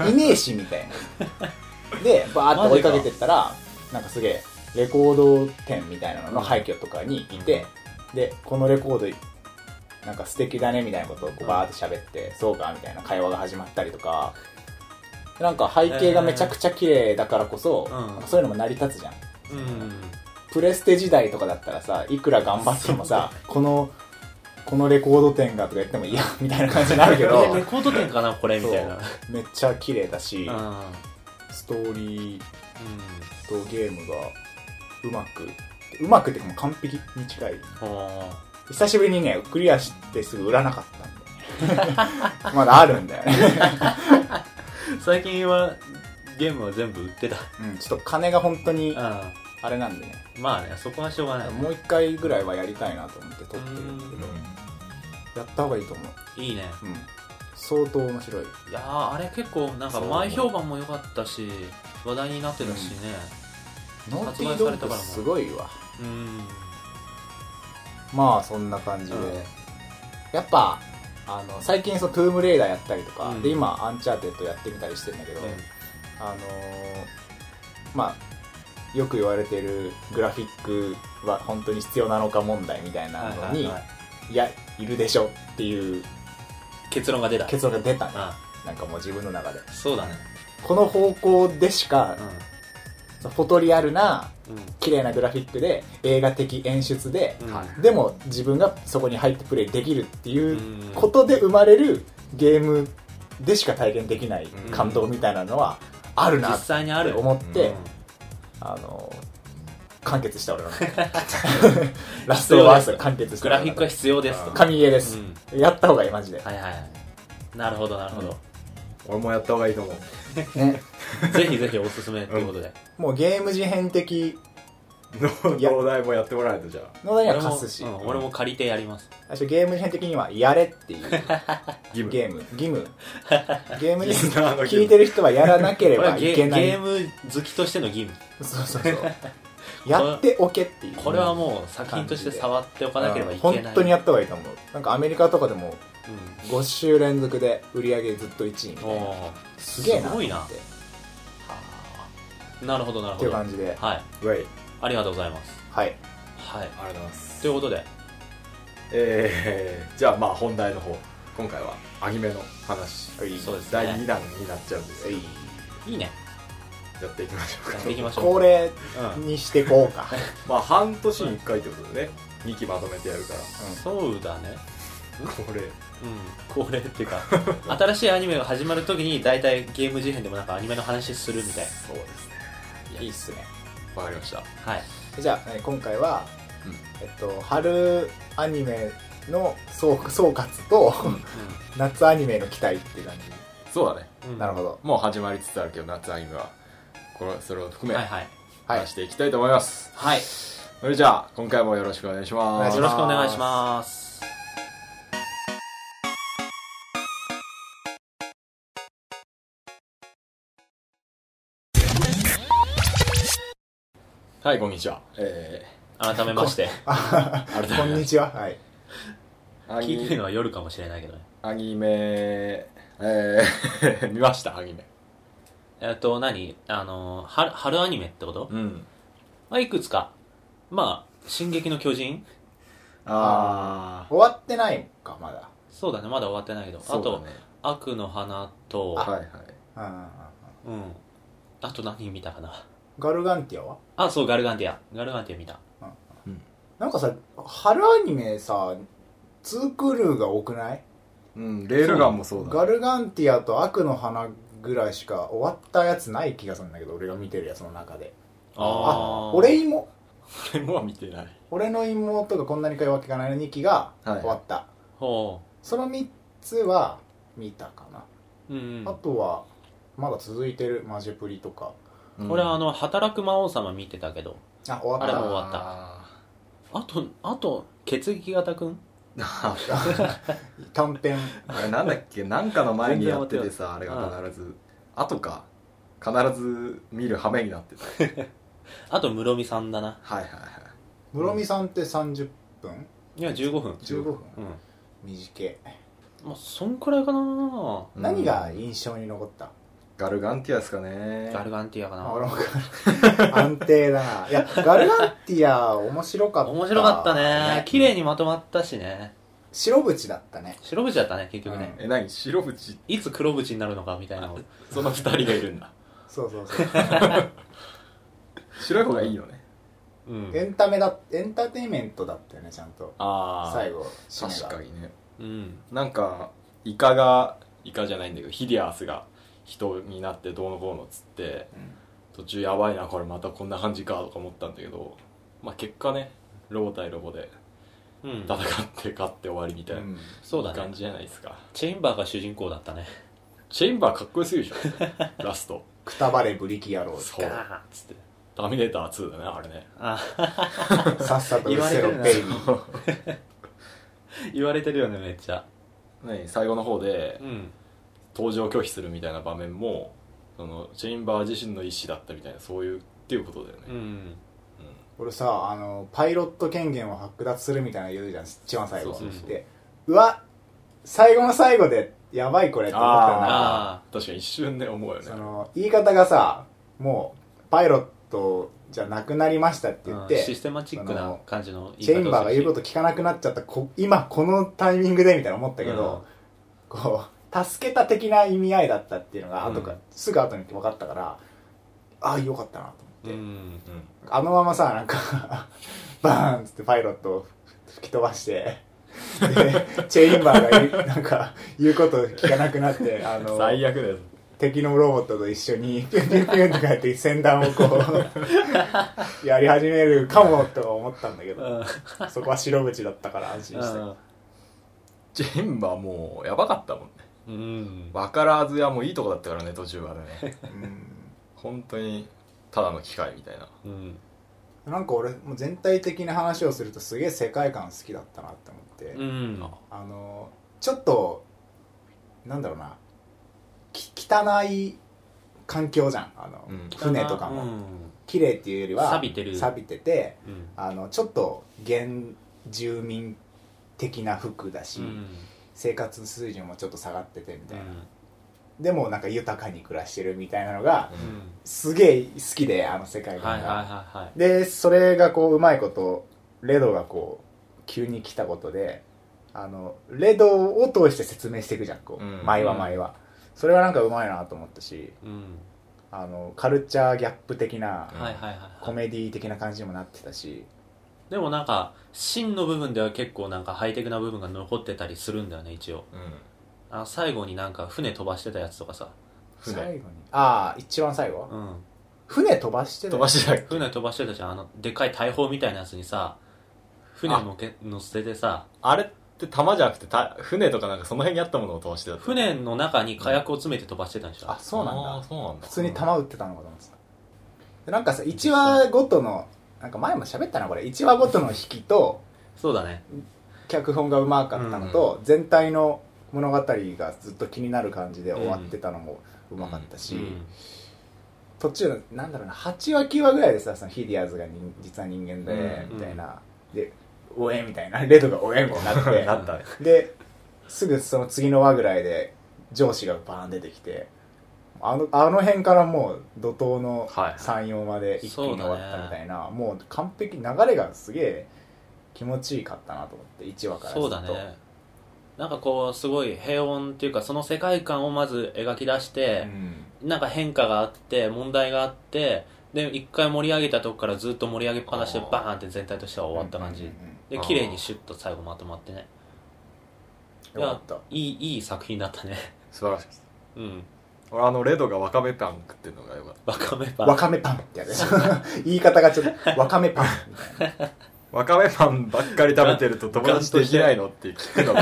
Speaker 3: ん
Speaker 2: いねえしみたいなでバーって追いかけてったらなんかすげえレコード店みたいなのの廃墟とかにいて、でこのレコードなんか素敵だねみたいなことをこうバーって喋って、そうかみたいな会話が始まったりとかなんか背景がめちゃくちゃ綺麗だからこそ、
Speaker 3: うん
Speaker 2: なんかそういうのも成り立つじゃん
Speaker 3: うん
Speaker 2: プレステ時代とかだったらさいくら頑張ってもさこのこのレコード店がとか言ってもいやみ たいな感じになるけ
Speaker 3: えレ
Speaker 2: ど
Speaker 3: コード店かなこれみたいな
Speaker 2: めっちゃ綺麗だし、
Speaker 3: うん
Speaker 2: ストーリーとゲームがうまくうまくっていうかもう完璧に近い
Speaker 3: うんおー
Speaker 2: 久しぶりにねクリアしてすぐ売らなかったんで まだあるんだよ ね、
Speaker 3: 最近はゲームは全部売ってた
Speaker 2: うん、ちょっと金が本当に
Speaker 3: う
Speaker 2: あれなんでね
Speaker 3: んまあねそこはしょうがない
Speaker 2: もう一回ぐらいはやりたいなと思って撮ってるんだけ
Speaker 1: うん
Speaker 2: どやった方がいいと思う、
Speaker 3: いいね
Speaker 2: うん、相当面白い
Speaker 3: いやーあれ結構なんか
Speaker 2: そう
Speaker 3: 前評判も良かったし話題になってたしね
Speaker 2: ノー
Speaker 3: 発
Speaker 2: ティ
Speaker 3: 売
Speaker 2: ー
Speaker 3: さ
Speaker 2: ド
Speaker 3: れた
Speaker 2: ッ
Speaker 3: からも
Speaker 2: グすごいわ
Speaker 3: うん
Speaker 2: まあそんな感じで、
Speaker 3: うん
Speaker 2: やっぱあの最近そのトゥームレイダーやったりとか、
Speaker 3: うん
Speaker 2: で今アンチャーテッドやってみたりしてるんだけど、あのーまあよく言われてるグラフィックは本当に必要なのか問題みたいなのに、いやいるでしょっていう
Speaker 3: 結論が出た
Speaker 2: 結論が出たね
Speaker 3: あ
Speaker 2: なんかもう自分の中で
Speaker 3: そうだね
Speaker 2: この方向でしか、そのフォトリアルな
Speaker 3: うんうん
Speaker 2: 綺麗なグラフィックで映画的演出で、
Speaker 3: うん
Speaker 1: はい
Speaker 2: でも自分がそこに入ってプレイできるっていう
Speaker 3: うん
Speaker 2: ことで生まれるゲームでしか体験できない感動みたいなのはあるな
Speaker 3: 実
Speaker 2: っ
Speaker 3: 際にあ
Speaker 2: て
Speaker 3: る
Speaker 2: 思って、
Speaker 1: うん
Speaker 2: あの完結した俺 はラストワースが完結した
Speaker 3: グラフィックは必要ですと。
Speaker 2: 神ゲーです、やった方がいいマジで、
Speaker 3: はいはい。なるほど、なるほど。
Speaker 1: 俺もやった方がいいと思う
Speaker 2: ね、
Speaker 3: ぜひぜひおすすめということで。
Speaker 2: もうゲーム事変的
Speaker 1: 農農大もやってもらえとじゃあ
Speaker 2: のには
Speaker 3: 俺も
Speaker 2: 貸すし、
Speaker 3: うん俺も借りてやります。
Speaker 2: 最初ゲーム事変的にはやれって いう
Speaker 1: 義務
Speaker 2: ゲーム義務ゲームに
Speaker 1: リスナーの義務
Speaker 2: 聞いてる人はやらなけれ
Speaker 3: これ
Speaker 2: ば
Speaker 3: はゲ
Speaker 2: い
Speaker 3: ゲ
Speaker 2: けない
Speaker 3: ーム好きとしての義務。
Speaker 2: そうそうそうやっておけっていう
Speaker 3: これはもう作品として触っておかなければいけない。
Speaker 2: 本当にやった方がいいと思うなんかアメリカとかでも
Speaker 3: う
Speaker 2: 5週連続で売り上げずっと1位み
Speaker 3: ん。
Speaker 2: たいな
Speaker 3: おー
Speaker 2: すげえな
Speaker 3: すごいな。
Speaker 2: っ
Speaker 3: は
Speaker 2: て
Speaker 3: あなるほど、なる
Speaker 2: っ
Speaker 3: ほ
Speaker 2: てい
Speaker 3: ど。
Speaker 2: う
Speaker 3: はい。
Speaker 2: 感じで
Speaker 1: ウェイ
Speaker 3: ありがとうございます。
Speaker 2: はい
Speaker 1: あ
Speaker 3: はい。
Speaker 1: りがとうございます
Speaker 3: ということで、
Speaker 1: えー、じゃあまあ本題の方今回はアニメの話
Speaker 2: はい
Speaker 3: そうです
Speaker 1: 第2
Speaker 3: ね。
Speaker 1: 弾になっちゃうんです
Speaker 2: は
Speaker 1: けど
Speaker 2: い
Speaker 3: いいね。
Speaker 1: やっていきましょう
Speaker 3: や
Speaker 1: か
Speaker 3: っていきましょう。
Speaker 2: 恒例
Speaker 3: うん
Speaker 2: にしてこうか
Speaker 1: まあ半年に1回ってことでね2期まとめてやるから
Speaker 3: そうだね。
Speaker 1: これ
Speaker 3: うん、 恒例っていうか新しいアニメが始まるときに大体ゲーム事変でもなんかアニメの話するみたい
Speaker 1: そうですね
Speaker 2: いいっすね
Speaker 1: わかりました
Speaker 3: はい
Speaker 2: じゃあえー今回は
Speaker 1: うん
Speaker 2: えっと春アニメの総総括と 夏アニメの期待っていう感じ
Speaker 1: そうだね
Speaker 3: うん、うん
Speaker 2: なるほど
Speaker 1: もう始まりつつあるけど夏アニメはこれそれを含め
Speaker 3: はいはい
Speaker 2: はい
Speaker 1: 話していきたいと思います、
Speaker 3: はい
Speaker 1: それじゃあ今回もよろしくお願いし
Speaker 2: お願
Speaker 1: ま
Speaker 2: い
Speaker 1: す
Speaker 2: し
Speaker 3: よ
Speaker 2: ま
Speaker 3: ろ
Speaker 2: す
Speaker 3: しくお願いします
Speaker 1: はいこんにちはえ
Speaker 3: 改めまして
Speaker 2: あ
Speaker 1: ー、あれだ
Speaker 2: こんにちははい
Speaker 1: アニ
Speaker 3: 聞いてるのは夜かもしれないけどね
Speaker 1: アニメえー、 見ましたアニメ
Speaker 3: えっと何あの春春アニメってこと、
Speaker 1: うん
Speaker 3: まあ、いくつかまあ「進撃の巨人
Speaker 1: あ
Speaker 2: 終わってないんかまだ」
Speaker 3: そうだねまだ終わってないけど、
Speaker 1: あ
Speaker 3: あと「悪の花と」
Speaker 1: はいはい
Speaker 2: うんうんうん
Speaker 3: うん、あと何見たかな
Speaker 2: ガルガンティアは
Speaker 3: あそうガルガンティアガルガンティア見た
Speaker 2: なんかさ春アニメさツークールが多くない
Speaker 1: うんレールガンもそうだ
Speaker 2: ガルガンティアと悪の花ぐらいしか終わったやつない気がするんだけど俺が見てるやつの中であ
Speaker 3: ー
Speaker 2: 俺妹
Speaker 1: 俺もは見てない
Speaker 2: 俺の妹がこんなに通うわけがないの2期が
Speaker 1: はい
Speaker 2: 終わった、
Speaker 3: ほ
Speaker 2: その3つは見たかな、
Speaker 3: ううんうん
Speaker 2: あとはまだ続いてるマジェプリとか
Speaker 3: これはあの働く魔王様見てたけど
Speaker 2: あ終わ
Speaker 3: あれ
Speaker 2: っ
Speaker 3: も
Speaker 2: た
Speaker 3: 終わったあとあと血液型くん
Speaker 1: あ
Speaker 2: 短編
Speaker 1: あれなんだっ けなんかの前にやっててさあれが必ず後か必ず見る羽目になってた
Speaker 3: あと室見さんだな
Speaker 1: はいはいはい
Speaker 2: 室見さんって30分
Speaker 3: いや15分
Speaker 2: 15分
Speaker 3: うん
Speaker 2: 短い、
Speaker 3: まあそんくらいかな
Speaker 1: うん
Speaker 2: 何が印象に残った
Speaker 1: ガルガンティアですかね
Speaker 3: ガルガンティアか
Speaker 2: あ俺
Speaker 3: な
Speaker 2: もガル安定だないやガルガンティア面白かった
Speaker 3: 面白かったね綺麗にまとまったしね
Speaker 2: 白縁だったね
Speaker 3: 白縁だったね結局ね
Speaker 1: え何白淵
Speaker 3: いつ黒縁になるのかみたいなの
Speaker 1: その二人がいるんだ
Speaker 2: そうそうそう
Speaker 1: 白い方がいいよね
Speaker 3: うん
Speaker 2: エンタメだエンターテインメントだったよねちゃんと
Speaker 1: あ
Speaker 2: 最後
Speaker 1: 確か
Speaker 2: に
Speaker 1: にね
Speaker 3: うん
Speaker 1: なんかイカがイカじゃないんだけどヒディアスが人になってどうのこうのっつって途中やばいなこれまたこんな感じかとか思ったんだけどまあ結果ねロボ対ロボで
Speaker 3: うん
Speaker 1: 戦って勝って終わりみたいな
Speaker 3: そうだ
Speaker 1: 感
Speaker 3: ね
Speaker 1: じじゃないですか、
Speaker 3: チェインバーが主人公だったね
Speaker 1: チェインバーかっこよすぎるでし ょラスト
Speaker 2: くたばれブリキ野郎
Speaker 1: そ
Speaker 3: ガ
Speaker 1: う
Speaker 3: ーンっつって
Speaker 1: ターミネーター2だねあれね
Speaker 3: あ
Speaker 2: さっさと
Speaker 3: 言
Speaker 2: 失
Speaker 3: われ
Speaker 2: せ
Speaker 3: て
Speaker 2: ろ
Speaker 3: るな
Speaker 2: ベイビー
Speaker 3: 言われてるよねめっちゃ
Speaker 1: ね最後の方で
Speaker 3: うん
Speaker 1: 登場拒否するみたいな場面もそのチェインバー自身の意思だったみたいなそういうっていうことだよね、
Speaker 3: うん
Speaker 2: 俺さあのパイロット権限を剥奪するみたいなの言うじゃん一番最後
Speaker 1: そうそうそう
Speaker 2: でうわ最後の最後でやばいこれって思ったよな
Speaker 1: あー確かに一瞬で思うよね
Speaker 2: その言い方がさもうパイロットじゃなくなりましたって言っ
Speaker 3: うんシ
Speaker 2: て
Speaker 3: ステマチックな感じの
Speaker 2: チェインバー
Speaker 3: を
Speaker 2: が
Speaker 3: す
Speaker 2: 言
Speaker 3: るし
Speaker 2: うこと聞かなくなっちゃったこ今このタイミングでみたいな思ったけ
Speaker 3: うん
Speaker 2: ど、こう助けた的な意味合いだったっていうのが後か、
Speaker 1: うん
Speaker 2: すぐ後に分かったからああよかったなと
Speaker 3: う
Speaker 2: 思って、
Speaker 3: ん
Speaker 1: うん
Speaker 2: あのままさなんか バーンっつってパイロットを吹き飛ばしてでチェインバーが言うなんか言うこと聞かなくなってあの
Speaker 1: 最悪だよ
Speaker 2: 敵のロボットと一緒にピュンピュンピュンとかやって先端をこう やり始めるかもと思ったんだけ
Speaker 3: う
Speaker 2: ど
Speaker 3: ん
Speaker 2: そこは白縁だったから安心したよ
Speaker 1: ジェンバもうやばかったもんね
Speaker 3: うん
Speaker 1: わからずやもういいとこだったからね途中までね
Speaker 2: うん
Speaker 1: 本当にただの機械みたいな
Speaker 3: うん
Speaker 2: なんか俺もう全体的な話をするとすげえ世界観好きだったなって思って、
Speaker 3: うん
Speaker 2: あのちょっとなんだろうなき汚い環境じゃんあの、
Speaker 1: うん
Speaker 2: 船とかも、
Speaker 3: うん
Speaker 2: 綺麗っていうよりは
Speaker 3: 錆びてる
Speaker 2: 錆びてて
Speaker 3: うん
Speaker 2: あのちょっと原住民的な服だし、
Speaker 3: うん
Speaker 2: 生活水準もちょっと下がっててみたいな、でもなんか豊かに暮らしてるみたいなのが
Speaker 3: うんうん
Speaker 2: すげえ好きであの世界観が、
Speaker 3: はいはいはいはい
Speaker 2: でそれがこううまいことレドがこう急に来たことであのレドを通して説明していくじゃんこう、
Speaker 1: うん
Speaker 2: 前は前は、それはなんかうまいなと思ったし
Speaker 3: うん
Speaker 2: あのカルチャーギャップ的な、
Speaker 1: うん
Speaker 3: はいはいはい
Speaker 2: コ
Speaker 3: はい
Speaker 2: メディ的な感じにもなってたし
Speaker 3: でもなんか芯の部分では結構なんかハイテクな部分が残ってたりするんだよね一応
Speaker 1: うん
Speaker 3: あ最後になんか船飛ばしてたやつとかさ
Speaker 1: 船
Speaker 2: 最後にああ一番最後、
Speaker 3: うん
Speaker 2: 船飛ばしてた
Speaker 1: 飛ばしてたっけ
Speaker 3: 船飛ばしてたじゃんあのでっかい大砲みたいなやつにさ船のけ乗せてさ
Speaker 1: あれって弾じゃなくてた船とかなんかその辺にあったものを飛ばしてたって
Speaker 3: 船の中に火薬を詰めて飛ばしてたんでしょ
Speaker 2: あそうなん
Speaker 1: あー
Speaker 2: だ
Speaker 1: そうなんだ
Speaker 2: 普通に弾打ってたのかと思ってたでなんかさ1話ごとのなんか前も喋ったなこれ1話ごとの引きと
Speaker 3: そうだね
Speaker 2: 脚本がうまかったのと、全体の物語がずっと気になる感じで終わってたのもうまかったし、
Speaker 3: うん
Speaker 2: 途中のなんだろうな8話9話ぐらいでさそのヒディアーズが人実は人間で、
Speaker 1: うん
Speaker 2: みたいなで「おえ」みたいな レドが「おえ」みたいになって
Speaker 1: なったね
Speaker 2: ですぐその次の輪ぐらいで上司がバーン出てきてあのあの辺からもう怒涛の
Speaker 1: はい
Speaker 2: 34まで一気に終わったみたいな、もう完璧流れがすげえ気持ちいいかったなと思って1話からずっ
Speaker 3: そ
Speaker 2: と
Speaker 3: うだねなんかこうすごい平穏っていうかその世界観をまず描き出して、なんか変化があって問題があってで一回盛り上げたとこからずっと盛り上げっぱなしで
Speaker 1: あー
Speaker 3: バーンって全体としては終わった感じ、
Speaker 2: うんうんうんうん
Speaker 3: で綺麗にシュッと最後まとまってねい
Speaker 2: よか
Speaker 3: や
Speaker 2: った
Speaker 3: いいいい作品だったね
Speaker 1: 素晴らしいです
Speaker 3: うん
Speaker 1: 俺あのレドがわかめパン食ってるのがよかっ
Speaker 3: わかめパン
Speaker 2: わかめパンってやつ 言い方がちょっとわかめパンみたいな
Speaker 1: たわかめパンばっかり食べてると友達できないのって聞くのが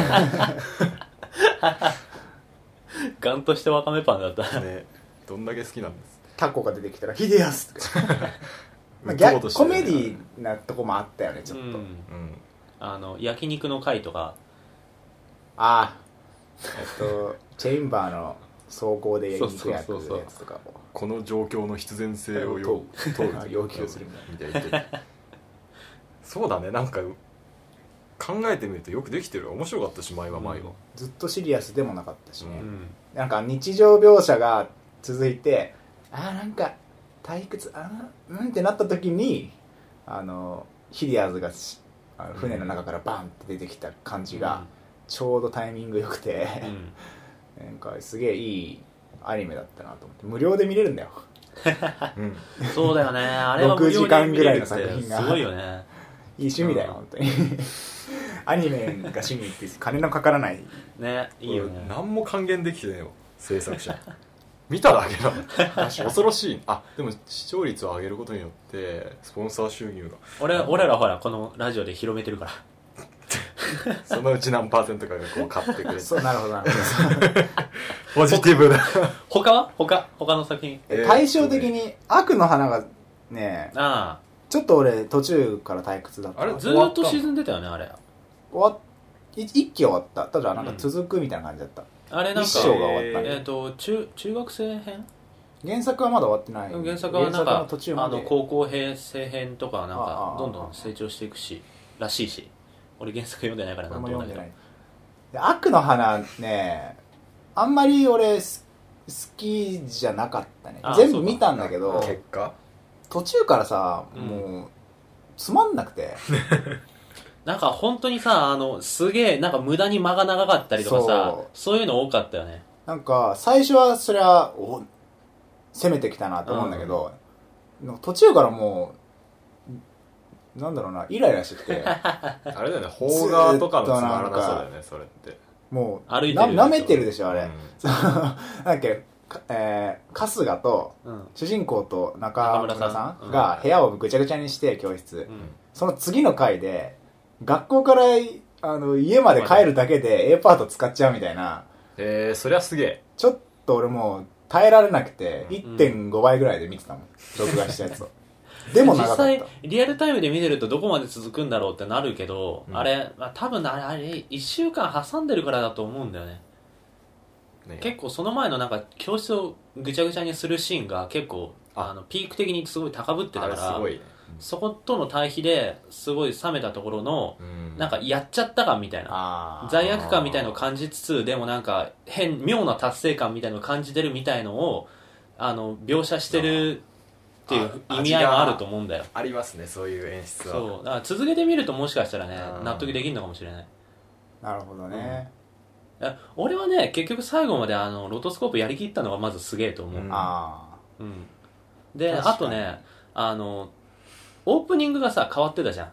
Speaker 3: ガンとしてわかめパン だった
Speaker 1: ねどんだけ好きなんです
Speaker 2: タコが出てきたら「ヒデヤス」と か、まあ、
Speaker 1: 打
Speaker 2: ギ
Speaker 1: とう
Speaker 2: ャ
Speaker 1: として
Speaker 2: コ
Speaker 1: る
Speaker 2: メディなとこもあったよねちょっと、
Speaker 3: うん
Speaker 1: うん
Speaker 3: あの焼肉の回とか
Speaker 2: ああえっとチェインバーの走行で焼肉焼く
Speaker 3: そうそうそうそう
Speaker 2: やつとかも
Speaker 1: この状況の必然性をよ問う
Speaker 2: あ要求するみたいな
Speaker 1: みたいなそうだねなんか考えてみるとよくできてる面白かったし前は前は、
Speaker 2: ずっとシリアスでもなかったし
Speaker 3: う
Speaker 2: ね、
Speaker 3: ん
Speaker 2: なんか日常描写が続いてああなんか退屈あーうんってなった時にあのヒディアーズがしあの船の中からバンって出てきた感じが、ちょうどタイミング良くて、
Speaker 3: うん
Speaker 2: なんかすげえいいアニメだったなと思って無料で見れるんだよ
Speaker 1: うん
Speaker 3: そうだよねあれは無料
Speaker 2: 6時間ぐらいの
Speaker 3: で見れるっ
Speaker 2: 作
Speaker 3: て
Speaker 2: 品が
Speaker 3: すごいよね
Speaker 2: いい趣味だよ、
Speaker 3: うん
Speaker 2: 本当にアニメが趣味って金のかからない
Speaker 3: ねいいよね
Speaker 1: 俺何も還元できてねえよ制作者見ただけだ恐ろしいあでも視聴率を上げることによってスポンサー収入が
Speaker 3: 俺俺らほらこのラジオで広めてるから
Speaker 1: そのうち何パーセントかがこう買ってくれて
Speaker 2: そうなるほどなるほど
Speaker 1: ポジティブだ
Speaker 3: 他は他他の作品
Speaker 1: えーっとね
Speaker 2: 対照的に悪の花がね
Speaker 3: あ
Speaker 2: ちょっと俺途中から退屈だった
Speaker 1: あれ
Speaker 3: あずーっと沈んでたよねあれ
Speaker 2: 終わっい一期終わったただなんか続くみたいな感じだった、
Speaker 3: あれなんか
Speaker 2: 一章が終わった
Speaker 3: え
Speaker 2: ね
Speaker 3: っ、と中中学生編
Speaker 2: 原作はまだ終わってない
Speaker 3: 原作はなん
Speaker 2: 原作
Speaker 3: か
Speaker 2: の途中
Speaker 3: あ
Speaker 2: まで
Speaker 3: の高校平成編とかはなん
Speaker 2: ああ
Speaker 3: か
Speaker 2: あ
Speaker 3: どんどん成長していくしらしいし俺原作読んでないから
Speaker 2: 俺
Speaker 3: なん
Speaker 2: も
Speaker 3: とも
Speaker 2: 読
Speaker 3: だ
Speaker 2: ん
Speaker 3: け
Speaker 2: で
Speaker 3: ど
Speaker 2: ないで悪の花ねあんまり俺す好きじゃなかったね
Speaker 3: あ
Speaker 2: 全部見たんだけど
Speaker 1: 結果
Speaker 2: 途中からさ、
Speaker 3: うん
Speaker 2: もうつまんなくて
Speaker 3: なんか本当にさあのすげえなんか無駄に間が長かったりとかさそういうの多かったよね
Speaker 2: なんか最初はそりゃお攻めてきたなと思うんだけど、なんか途中からもうなんだろうなイライラしてき て
Speaker 1: あれだよね邦画とかのつまらなさだよねそれって
Speaker 2: もう
Speaker 3: 歩いて る
Speaker 2: な舐めてるでしょあれ、
Speaker 1: うん
Speaker 2: なんだっけかえー春日と
Speaker 3: うん
Speaker 2: 主人公と中村
Speaker 3: 中村
Speaker 2: さ
Speaker 3: さん
Speaker 2: んが部屋をぐちゃぐちゃにして教室
Speaker 3: うん
Speaker 2: その次の回で学校からあの家まで帰るだけで A パート使っちゃうみたいな
Speaker 1: えー、そりゃすげえ
Speaker 2: ちょっと俺もう耐えられなくて
Speaker 1: うん
Speaker 2: 1.5倍ぐらいで見てたもん録画したや つをでも長
Speaker 3: 実
Speaker 2: かっ
Speaker 3: 際
Speaker 2: た
Speaker 3: リアルタイムで見てるとどこまで続くんだろうってなるけど、
Speaker 1: うん
Speaker 3: あれ、まあ、多分あれあれ1週間挟んでるからだと思うんだよね
Speaker 1: ね
Speaker 3: 結構その前のなんか教室をぐちゃぐちゃにするシーンが結構
Speaker 1: あ
Speaker 3: あのピーク的にすごい高ぶってた
Speaker 1: あれ
Speaker 3: か
Speaker 1: す
Speaker 3: ら
Speaker 1: ごいね
Speaker 3: そことの対比ですごい冷めたところの
Speaker 1: うん
Speaker 3: なんかやっちゃった感みたいな
Speaker 2: あー
Speaker 3: 罪悪感みたいのを感じつつでもなんか変妙な達成感みたいのを感じてるみたいのをあの描写してるっていう
Speaker 1: あ
Speaker 3: 意味合いもあると思うんだよ
Speaker 1: ありますねそういう演出は
Speaker 3: そうだから続けてみるともしかしたらね
Speaker 1: うん
Speaker 3: 納得できるのかもしれない
Speaker 2: なるほどね
Speaker 3: いや俺はね結局最後まであのロトスコープやりきったのがまずすげえと思う、
Speaker 1: う
Speaker 3: うんん
Speaker 2: あ
Speaker 3: で
Speaker 2: 確かに
Speaker 3: あとねあのオープニングがさ変わってたじゃ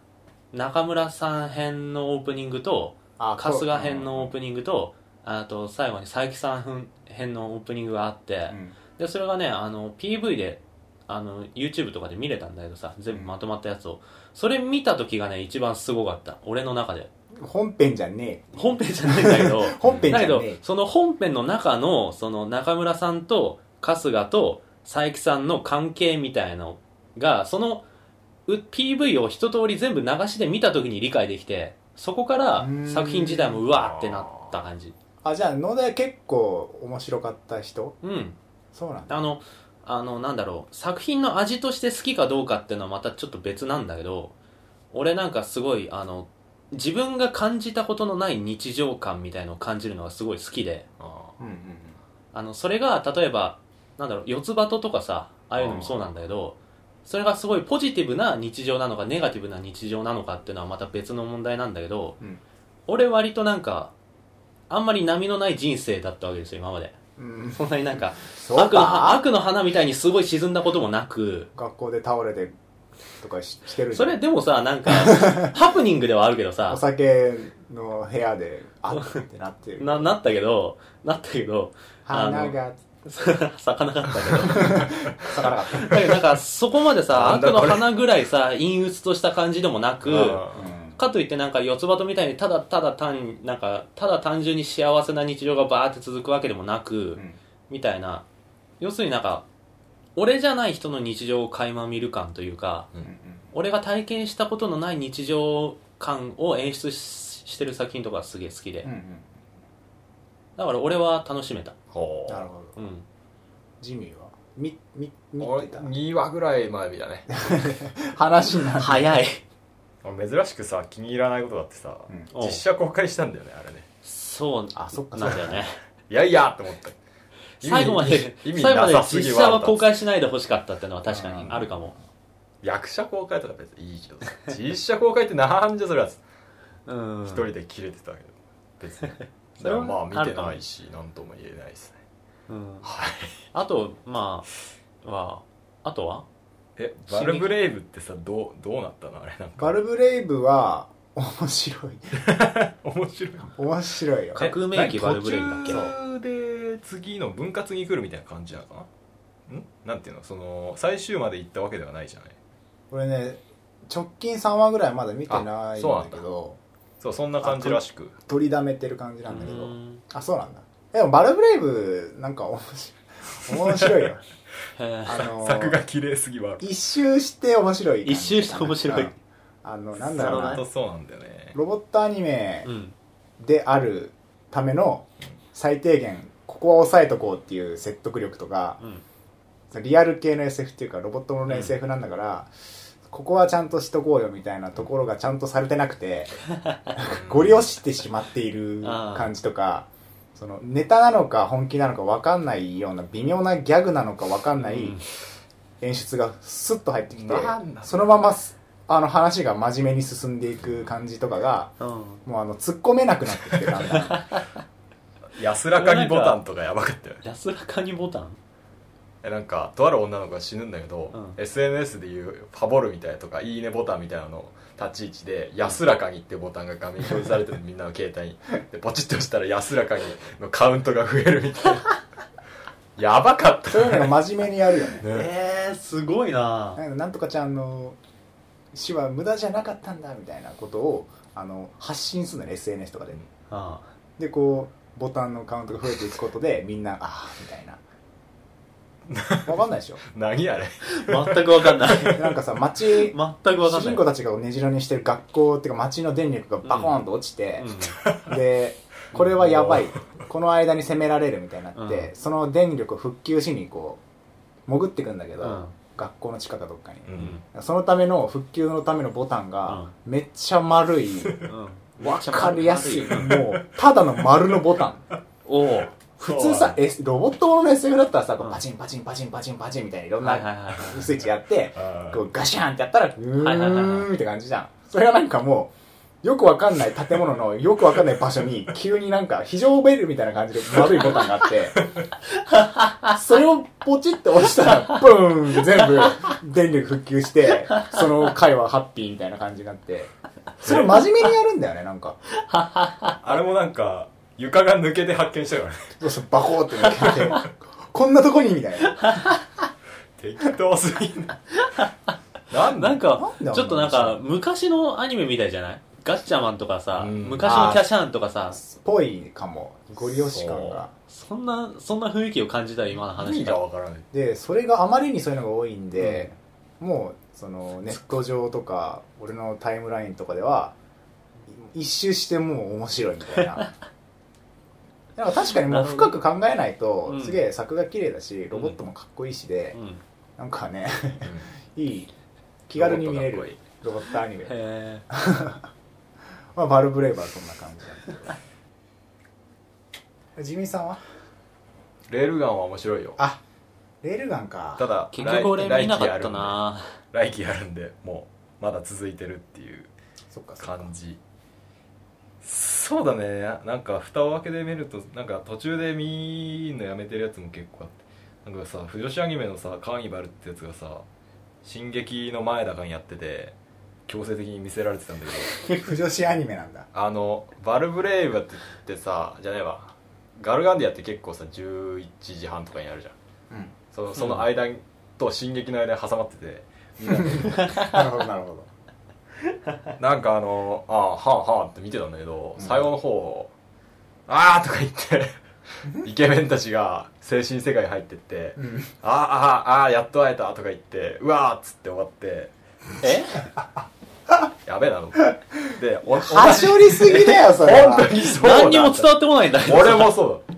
Speaker 3: ん中村さん編のオープニングと
Speaker 2: ーあー
Speaker 3: 春日編のオー
Speaker 2: ニ
Speaker 3: プニングと、あと最後に佐伯さん編のオープニングがあって、でそれがねあの PV であの YouTube とかで見れたんだけどさ全部まとまったやつを、それ見た時がね一番すごかった俺の中で
Speaker 2: 本編じゃね
Speaker 3: 本編じゃないんだけど
Speaker 2: え本編じ
Speaker 3: だ
Speaker 2: ゃ
Speaker 3: けど
Speaker 2: ねえ
Speaker 3: その本編の中のその中村さんと春日と佐伯さんの関係みたいのがそのう PV を一通り全部流しで見た時に理解できてそこから作品自体もうわーってなった感じ
Speaker 2: あじゃあ野田結構面白かった人
Speaker 3: うん
Speaker 2: そうなんだ
Speaker 3: あの、あの、なんだろう、作品の味として好きかどうかっていうのはまたちょっと別なんだけど、俺なんかすごい、あの、自分が感じたことのない日常感みたいのを感じるのがすごい好きで、
Speaker 1: あ
Speaker 2: うんうん
Speaker 3: あの、それが例えば、なんだろう、四つ葉ととかさ、ああいうのもそうなんだけど、それがすごいポジティブな日常なのか、ネガティブな日常なのかっていうのはまた別の問題なんだけど、
Speaker 2: うん
Speaker 3: 俺割となんか、あんまり波のない人生だったわけですよ、今まで。
Speaker 2: うんうん
Speaker 3: そんなになんか、
Speaker 2: そう
Speaker 3: 悪の花
Speaker 2: か
Speaker 3: 悪の花みたいにすごい沈んだこともなく
Speaker 2: 学校で倒れてとかししてるじ
Speaker 3: そ
Speaker 2: ゃん
Speaker 3: れでもさな んかハプニングではあるけど
Speaker 2: お
Speaker 3: さ
Speaker 2: 酒の部屋であってなってる
Speaker 3: ななったけどなったけど あ
Speaker 2: 花
Speaker 3: の
Speaker 2: が
Speaker 3: 咲かなかったけど
Speaker 2: 咲かなかった
Speaker 3: だけどなんかそこまでさ
Speaker 1: なんだ
Speaker 3: 悪の
Speaker 1: これ
Speaker 3: 花ぐらいさ陰鬱とした感じでもなく
Speaker 1: あ
Speaker 2: うん
Speaker 3: かといってなんか四つ葉とみたいにただただ単なんかただ単純に幸せな日常がバーって続くわけでもなく、
Speaker 2: うん
Speaker 3: みたいな要するになんか俺じゃない人の日常を垣間見る感というか俺が体験したことのない日常感を演出ししてる作品とかすげえ好きで、
Speaker 2: うんうん
Speaker 3: だから俺は楽しめた
Speaker 1: ほう
Speaker 2: なるほど
Speaker 3: うん
Speaker 2: ジミーはみみ見
Speaker 1: 俺
Speaker 2: てた
Speaker 1: 2話ぐらい前見たね
Speaker 2: 話になる
Speaker 3: 早い
Speaker 4: 俺珍しくさ気に入らないことだってさ、
Speaker 2: うん
Speaker 3: おう
Speaker 1: 実写公開したんだよねあれね
Speaker 3: そう
Speaker 2: あ そっか
Speaker 3: なんだよね
Speaker 1: いやいやと思った意味
Speaker 3: 最後まで
Speaker 1: 意味
Speaker 3: 最後まで
Speaker 1: なさすぎ
Speaker 3: 実
Speaker 1: は
Speaker 3: 写は公開しないでほしかったってのは確かにあるかも
Speaker 1: 役者公開とか別にいいけどさ実写公開ってなんじゃそりゃ
Speaker 3: うん
Speaker 1: 一人で切れてたけど別 に
Speaker 3: そ
Speaker 1: だ
Speaker 3: れ
Speaker 1: から
Speaker 3: は
Speaker 1: まあ
Speaker 3: あ
Speaker 1: 見
Speaker 3: る
Speaker 1: て
Speaker 3: かも
Speaker 1: ないし何とも言えないですね
Speaker 3: うん
Speaker 1: はい
Speaker 3: あとまあはあとは
Speaker 1: えバルブレイブってさどうどうなったのあれ なんか
Speaker 2: バルブレイブは面白い
Speaker 1: 面白い
Speaker 2: 面白いよ
Speaker 3: か革命期
Speaker 1: え
Speaker 3: バルブレイブだっけ
Speaker 1: 途中で次の分割に来るみたいな感じなのかなんなんていうのその最終まで行ったわけではないじゃない
Speaker 2: 俺ね直近3話ぐらいまだ見てないんだけ
Speaker 1: あそう
Speaker 2: ど
Speaker 1: そうそんな感じらしく
Speaker 2: 取りだめてる感じなんだけ
Speaker 3: う
Speaker 2: ど
Speaker 3: ん
Speaker 2: あそうなんだでもバルブレイブなんか面白い面白 いよ
Speaker 3: へえ
Speaker 2: あ のー
Speaker 1: 作が綺麗すぎはある
Speaker 2: 一周して面白い感じ
Speaker 3: 一周して面白い
Speaker 2: うんあのなんだろう
Speaker 3: な
Speaker 1: ほ
Speaker 2: なん
Speaker 3: る
Speaker 1: とそうなんだよね
Speaker 2: ロボットアニメ
Speaker 3: うん
Speaker 2: であるための最低限ここは抑えとこうっていう説得力とか
Speaker 3: うん
Speaker 2: リアル系の SF っていうかロボットものの SF なんだから、ここはちゃんとしとこうよみたいなところがちゃんとされてなくてご利用してしまっている感じとかそのネタなのか本気なのか分かんないような微妙なギャグなのか分かんない
Speaker 3: うん
Speaker 2: 演出がスッと入ってきて、
Speaker 1: なんだ
Speaker 2: そのまますあの話が真面目に進んでいく感じとかがもうあの突っ込めなくなってきてだんだん
Speaker 1: 安らかにボタンとかやばかったよね
Speaker 3: 安らかにボタン
Speaker 1: えなんかとある女の子が死ぬんだけど、
Speaker 3: うん
Speaker 1: SNS でいうファボルみたいなとかいいねボタンみたいなの立ち位置で「安らかに」ってボタンが画面表示されてるみんなの携帯にでポチッと押したら「安らかに」のカウントが増えるみたいな やばかった
Speaker 2: そういうのが真面目にやるよね
Speaker 1: ね
Speaker 4: えー、すごいな
Speaker 2: なんかなんとかちゃんの死は無駄じゃなかったんだみたいなことをあの発信するのね SNS とかで
Speaker 4: あ
Speaker 2: でこうボタンのカウントが増えていくことでみんなああみたいな分かんないでしょ
Speaker 1: 何あれ
Speaker 3: 全くわかんない全
Speaker 2: なんかさ街
Speaker 3: くわかんな
Speaker 2: 主
Speaker 3: い
Speaker 2: 人公たちがねじろにしてる学校っていうか街の電力がバコーンと落ちて、でこれはやばいこの間に攻められるみたいになって、
Speaker 3: う
Speaker 2: その電力を復旧しにこう潜っていくんだけど、
Speaker 3: うんうん
Speaker 2: 学校の地下かどっかに、
Speaker 1: う
Speaker 3: うんん
Speaker 2: そのための復旧のためのボタンがめっちゃ 丸い、
Speaker 3: うん
Speaker 2: わかりやすい。
Speaker 3: めっちゃ丸
Speaker 2: もう、ただの丸のボタ ン。
Speaker 3: おお
Speaker 2: 普通さ、S、ロボットものの SF だったらさ、こう
Speaker 3: うん
Speaker 2: パチンパチンパチンパチンパチンみたいないろん
Speaker 3: はいはい
Speaker 2: な
Speaker 3: はい
Speaker 2: スイッチやって、
Speaker 1: あ
Speaker 2: こうガシャンってやったら、う
Speaker 3: はいはいはい
Speaker 2: ーんって感じじゃん。それはなんかもう、よくわかんない建物のよくわかんない場所に急になんか非常ベルみたいな感じで丸いボタンがあって、 それをポチって押したら、ブーン全部電力復旧して、その回はハッピーみたいな感じになって、それ真面目にやるんだよね、なんか。
Speaker 1: あれもなんか床が抜けて発見したからね
Speaker 2: どうしたバコーって抜けて、こんなとこにみたいな。
Speaker 1: 適当すぎんななん
Speaker 3: なんか
Speaker 2: なんだ
Speaker 3: ちょっとなんか昔のアニメみたいじゃないガッチャマンとかさ、
Speaker 1: うん
Speaker 3: 昔のキャシャーンとかさ
Speaker 2: ぽいかも。ゴリ押し感が。
Speaker 3: そんなそんな雰囲気を感じたよ今の
Speaker 1: 意味
Speaker 3: 話
Speaker 1: が
Speaker 3: が
Speaker 1: わからない
Speaker 2: で、それがあまりにそういうのが多いんで、もう、その、ネット上とか、俺のタイムラインとかでは、一周してもう面白いみたい な。なんか確かにもう深く考えないと、
Speaker 3: うん
Speaker 2: すげえ作が綺麗だし、ロボットもかっこいいしで、
Speaker 3: うんへ
Speaker 2: なんかね、 いい、気軽に見れるロボットアニメ。
Speaker 3: え
Speaker 2: まあ、バルブレイバーそんな感じだけどジミーさんは
Speaker 1: レールガンは面白いよ
Speaker 2: あレールガンか
Speaker 1: ただ
Speaker 3: 結局俺
Speaker 1: 来
Speaker 3: 見なかった
Speaker 1: 来
Speaker 3: な
Speaker 1: 来期やるんでもうまだ続いてるっていう
Speaker 2: そっかそっか
Speaker 1: 感じそうだねなんか蓋を開けて見るとなんか途中で見んのやめてるやつも結構あってなんかさ不女子アニメのさカーニバルってやつがさ進撃の前だかにやってて強制的に見せられてたんだけど
Speaker 2: 不女子アニメなんだ
Speaker 1: あのバルブレイブって言ってさじゃねえわガルガンディアって結構さ11時半とかにやるじゃん
Speaker 2: うん
Speaker 1: そのその間と進撃の間に挟まっててみんなで
Speaker 2: なるほどなるほど
Speaker 1: なんかあの、ああ、はあはあって見てたんだけど、
Speaker 2: うん
Speaker 1: 最後の方、ああとか言って、 イケメンたちが精神世界に入ってって、
Speaker 2: うん
Speaker 1: ああ、ああ、ああ、やっと会えたとか言って、うわーっつって終わって、
Speaker 3: え
Speaker 1: やべえなと思って。で、お
Speaker 2: はしょりすぎだよそれは
Speaker 1: 本当にそうだ
Speaker 3: 何にも伝わってこないんだけ ど
Speaker 1: 俺もそうだ。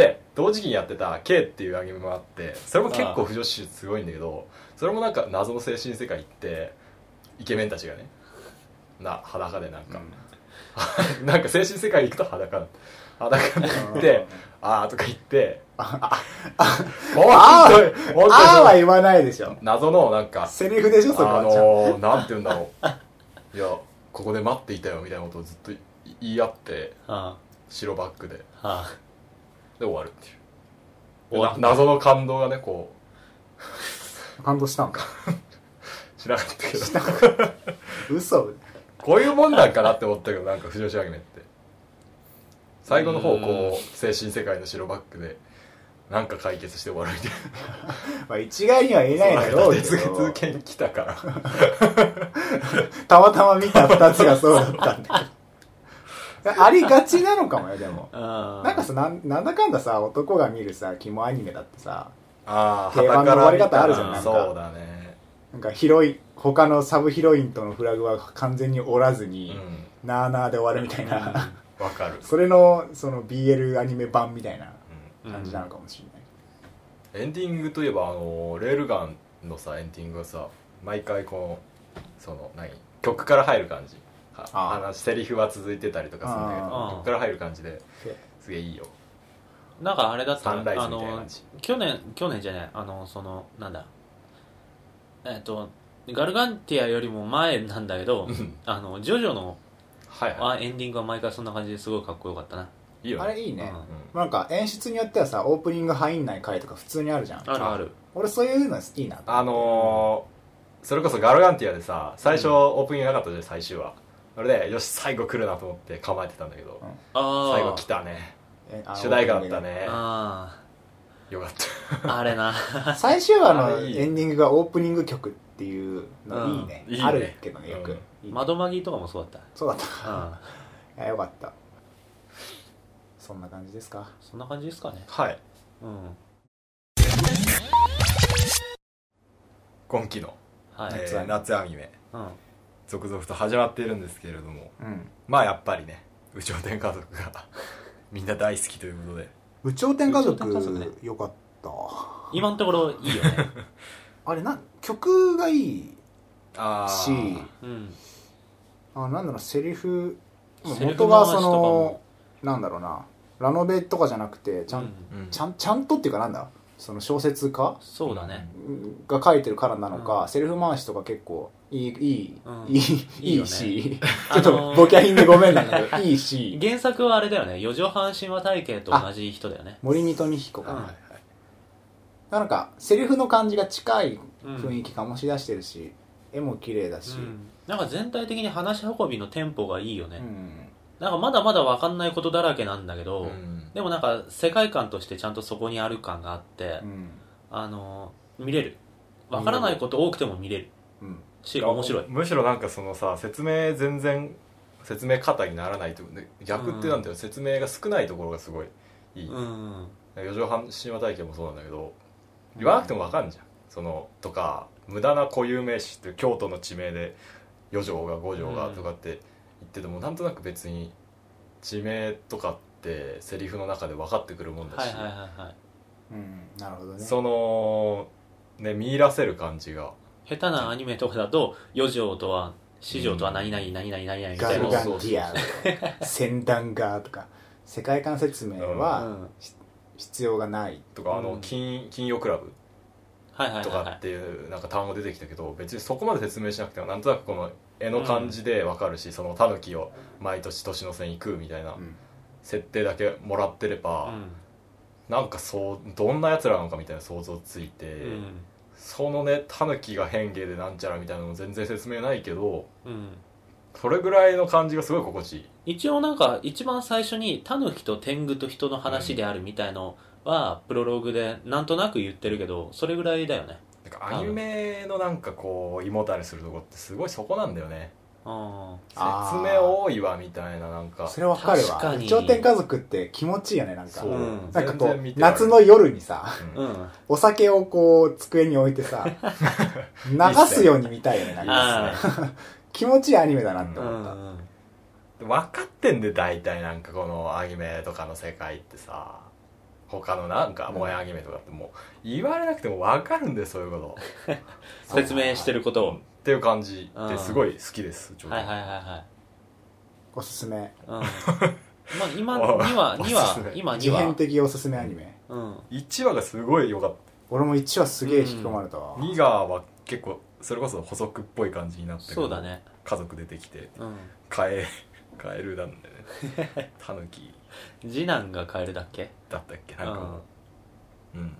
Speaker 1: で、同時期にやってた K っていうアニメもあって、それも結構不女子すごいんだけど、それもなんか謎の精神世界行って、イケメンたちがね、な、裸でなんか、 なんか精神世界行くと裸裸に行 って「あー」とか言って「もう
Speaker 2: あ
Speaker 1: 本当に本当に
Speaker 2: あーは言わないでしょ
Speaker 1: 謎のなんか
Speaker 2: セリフでしょそれ
Speaker 1: あ
Speaker 2: はちゃん
Speaker 1: のー、なんて言うんだろういやここで待っていたよみたいなことをずっと言い合って
Speaker 3: は
Speaker 1: 白バックでで
Speaker 3: あはあ
Speaker 1: 終わるっていう
Speaker 3: 終わった
Speaker 1: な謎の感動がねこ
Speaker 2: と感動したんか
Speaker 1: うしなかったけど
Speaker 2: 嘘
Speaker 1: こういうもんなんかなって思ったけどなんか不女子アニメって最後の方こう精神世界の白バックでなんか解決して終わるみたいな
Speaker 2: まあ一概には言えないだろうけ
Speaker 1: そうなんか立て
Speaker 2: ど
Speaker 1: 続けに来たから
Speaker 2: たまたま見た二つがそうだったんだけどありがちなのかもよでも
Speaker 3: あー
Speaker 2: なんかさなんなんだかんださ男が見るさキモアニメだってさ
Speaker 1: ああ
Speaker 2: 定番の終わり方あるじゃんなんか
Speaker 1: そうだね
Speaker 2: なんかヒロイン他のサブヒロインとのフラグは完全に折らず
Speaker 1: う
Speaker 2: に、
Speaker 1: ん
Speaker 2: なあなあで終わるみたいな、
Speaker 1: わかる、
Speaker 2: それのその BL アニメ版みたいな
Speaker 3: うん
Speaker 2: 感じなのかもしれな
Speaker 1: うん
Speaker 2: い、
Speaker 1: エンディングといえばあのレールガンのさエンディングはさ毎回このその何曲から入る感じは
Speaker 2: あー
Speaker 1: 話セリフは続いてたりとかするんだけ
Speaker 3: あ
Speaker 1: ど
Speaker 3: ー
Speaker 1: 曲から入る感じで
Speaker 2: そう
Speaker 1: すげえいいよ
Speaker 3: なんかあれだった
Speaker 1: サンライズ
Speaker 3: あ
Speaker 1: みたいな
Speaker 3: の
Speaker 1: 感じ
Speaker 3: 去年去年じゃないあのそのなんだえっとガルガンティアよりも前なんだけど
Speaker 1: うん
Speaker 3: あのジョジョの
Speaker 1: はいは
Speaker 3: あエンディングは毎回そんな感じですごいかっこよかったな、
Speaker 1: いいいよ
Speaker 2: あ
Speaker 1: ね
Speaker 2: れいいね
Speaker 3: うん、
Speaker 1: う
Speaker 2: なんか演出によってはさオープニング入んない回とか普通にあるじゃん
Speaker 3: あるある
Speaker 2: 俺そういうの好きなの
Speaker 1: んあのーそれこそガルガンティアでさ最初
Speaker 3: うん
Speaker 1: オープニングなかったじゃん最終話それでよし最後来るなと思って構えてたんだけど
Speaker 3: ああ
Speaker 1: 最後来たね
Speaker 2: えあの
Speaker 1: 主題歌だったね
Speaker 3: あ
Speaker 1: よかった
Speaker 3: あ れな
Speaker 2: 最終話の
Speaker 1: あいい
Speaker 2: エンディングがオープニング曲っていうのいいね,、
Speaker 1: うんいいね
Speaker 2: あるけどねよく、
Speaker 1: うん
Speaker 2: いい
Speaker 3: 窓マギとかもそうだっ、
Speaker 2: そうだった
Speaker 3: うん、
Speaker 2: た いやよかったそんな感じですか
Speaker 3: そんな感じですかね
Speaker 1: はい
Speaker 3: うん
Speaker 1: 今期の、
Speaker 3: はい、
Speaker 1: えー
Speaker 2: 夏アニメ
Speaker 1: 夏アニメ
Speaker 3: うん
Speaker 1: 続々と始まっているんですけれども
Speaker 2: うん
Speaker 1: まあやっぱりね「有頂天家族」が みんな大好きということで
Speaker 2: 有頂天家族
Speaker 3: 有頂天家族ね
Speaker 2: よかった
Speaker 3: 今のところいいよね
Speaker 2: あれな曲がいい
Speaker 1: あー
Speaker 2: し
Speaker 3: うん
Speaker 2: あなんだろうセリフ
Speaker 3: セリフ
Speaker 2: 元が
Speaker 3: 回しと
Speaker 2: そ
Speaker 3: かも
Speaker 2: のなんだろうなラノベとかじゃなくてちゃん,、
Speaker 3: う
Speaker 1: う
Speaker 3: ん
Speaker 1: ん
Speaker 2: ちゃんちゃんとっていうかなんだその小説家
Speaker 3: そうだね
Speaker 2: が書いてるからなのか、
Speaker 3: うん
Speaker 2: セリフ回しとか結構いいいい、
Speaker 3: うん
Speaker 2: いい
Speaker 3: い
Speaker 2: い
Speaker 3: いよね
Speaker 2: いし、
Speaker 3: あ
Speaker 2: ちょ
Speaker 3: の
Speaker 2: っとボキャインでごめんなんだけどいい
Speaker 3: ー
Speaker 2: し
Speaker 3: 原作はあれだよね四畳半神話体系と同じ人だよね
Speaker 2: 森見富彦か
Speaker 1: はい
Speaker 2: な,、
Speaker 1: はい
Speaker 2: なんかセリフの感じが近い
Speaker 3: うん
Speaker 2: 雰囲気醸し出してるし、絵も綺麗だし、
Speaker 3: うんなんか全体的に話し運びのテンポがいいよね、
Speaker 2: うん
Speaker 3: なんかまだまだ分かんないことだらけなんだけど、
Speaker 1: うん
Speaker 3: でもなんか世界観としてちゃんとそこにある感があって、
Speaker 2: うん
Speaker 3: あのー見れる分からないこと多くても見れる
Speaker 2: うん
Speaker 3: し面白い
Speaker 1: むしろなんかそのさ説明全然説明方にならないというね逆ってなんだよ、説明が少ないところがすごいいい、
Speaker 3: うん
Speaker 1: 四畳半神話体験もそうなんだけど言わなくてもわかんじゃんそのとか無駄な固有名詞って京都の地名で四条が五条が
Speaker 3: うん
Speaker 1: とかって言ってても、なんとなく別に地名とかってセリフの中で分かってくるもんだ
Speaker 3: はい
Speaker 1: し、
Speaker 3: はいはいはい
Speaker 2: うんなるほどね
Speaker 1: そのね見出せる感じが
Speaker 3: 下手なアニメとかだと四条とは四条とは何々何々何々み
Speaker 2: ガ
Speaker 3: たい
Speaker 2: ル
Speaker 3: な
Speaker 2: ガンティア先端がとか世界観説明
Speaker 3: う
Speaker 2: は
Speaker 3: ん
Speaker 2: 必要がない、
Speaker 1: とかあ
Speaker 3: う
Speaker 1: の
Speaker 3: ん
Speaker 1: 金金曜クラブ
Speaker 3: はいはいはい
Speaker 1: とか
Speaker 3: は
Speaker 1: っていうなんか単語出てきたけど別にそこまで説明しなくてもなんとなくこの絵の感じでわかるし、そのタヌキを毎年年の瀬に食うみたいな
Speaker 2: うん
Speaker 1: 設定だけもらってれば、
Speaker 3: い、うん
Speaker 1: なんかそうどんなやつらなのかみたいな想像ついて、
Speaker 3: うん
Speaker 1: そのねタヌキが変形でなんちゃらみたいなのも全然説明ないけど
Speaker 3: うん
Speaker 1: それぐらいの感じがすごい心地いい
Speaker 3: 一応なんか一番最初にタヌキと天狗と人の話であるみたいのはプロローグでなんとなく言ってるけどそれぐらいだよね
Speaker 1: なんかアニメのなんかこう胃もたれするとこってすごいそこなんだよね
Speaker 3: あ
Speaker 1: 説
Speaker 2: あー
Speaker 1: 明多いわみたいななんか
Speaker 2: それわかる
Speaker 3: 確か
Speaker 2: わ「
Speaker 3: に
Speaker 2: 頂点家族」って気持ちいいよねなんか
Speaker 1: そう、
Speaker 3: うん
Speaker 2: なんかこ
Speaker 1: 全
Speaker 2: う
Speaker 1: 然見てられる
Speaker 2: 夏の夜にさ
Speaker 1: うん
Speaker 3: あうん
Speaker 2: お酒をこう机に置いて さ流すように見たいよねなんか
Speaker 3: あ
Speaker 2: 気持ちいいアニメだなって
Speaker 3: う
Speaker 2: 思った、
Speaker 3: ん
Speaker 1: 分かってんで大体なんかこのアニメとかの世界ってさ他のなんか萌えアニメとかってもう言われなくても分かるんでそういうこと
Speaker 3: 説明してることを
Speaker 1: っていう感じですごい好きですちょうど
Speaker 3: はいはいは
Speaker 2: おすすめ
Speaker 3: いはいうんまあ今には
Speaker 1: お
Speaker 3: に
Speaker 1: おすす
Speaker 3: は
Speaker 1: め
Speaker 3: 今に
Speaker 2: 自
Speaker 3: は
Speaker 2: 変的おすすめアニメ
Speaker 3: うん
Speaker 1: 1話がすごい良かっ
Speaker 2: 俺も1話すげえ引き込まれた
Speaker 1: た
Speaker 2: わ、
Speaker 1: 2話は結構それこそ補足っぽい感じになったけど
Speaker 3: そうだね
Speaker 1: 家族出てきて
Speaker 3: うん
Speaker 1: カエカエル なんでねタヌキ
Speaker 3: 次男がカエルだっけ
Speaker 1: だったっけなんかもううん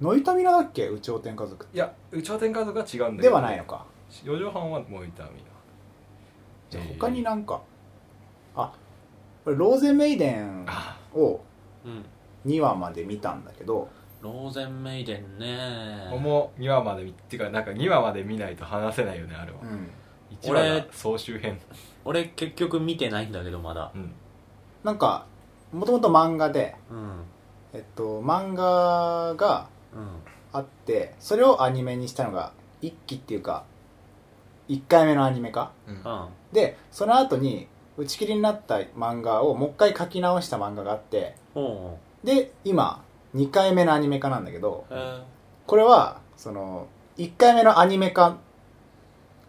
Speaker 2: ノイタミナだっけ有頂天家族
Speaker 1: いや宇宙天家族は違うんだけど
Speaker 2: ではないのか
Speaker 1: 四畳半はもういたみな
Speaker 2: じゃあ他になんか、あこれローゼメイデン
Speaker 1: あ
Speaker 2: を
Speaker 3: うんうん
Speaker 2: 2話まで見たんだけど
Speaker 3: ローゼンメイデンね
Speaker 1: 俺も2話まで見っていうかなんか2話まで見ないと話せないよねあれは
Speaker 2: うん
Speaker 1: 1話が総集編
Speaker 3: 俺結局見てないんだけどまだ
Speaker 1: うん
Speaker 2: なんかもともと漫画で、
Speaker 3: うん
Speaker 2: えっと、漫画が
Speaker 3: うん
Speaker 2: あってそれをアニメにしたのが1期っていうか1回目のアニメ化
Speaker 1: うん
Speaker 3: うん
Speaker 2: でその後に打ち切りになった漫画をもう一回書き直した漫画があって
Speaker 3: おう
Speaker 2: で今2回目のアニメ化なんだけど
Speaker 3: へえ
Speaker 2: これはその1回目のアニメ化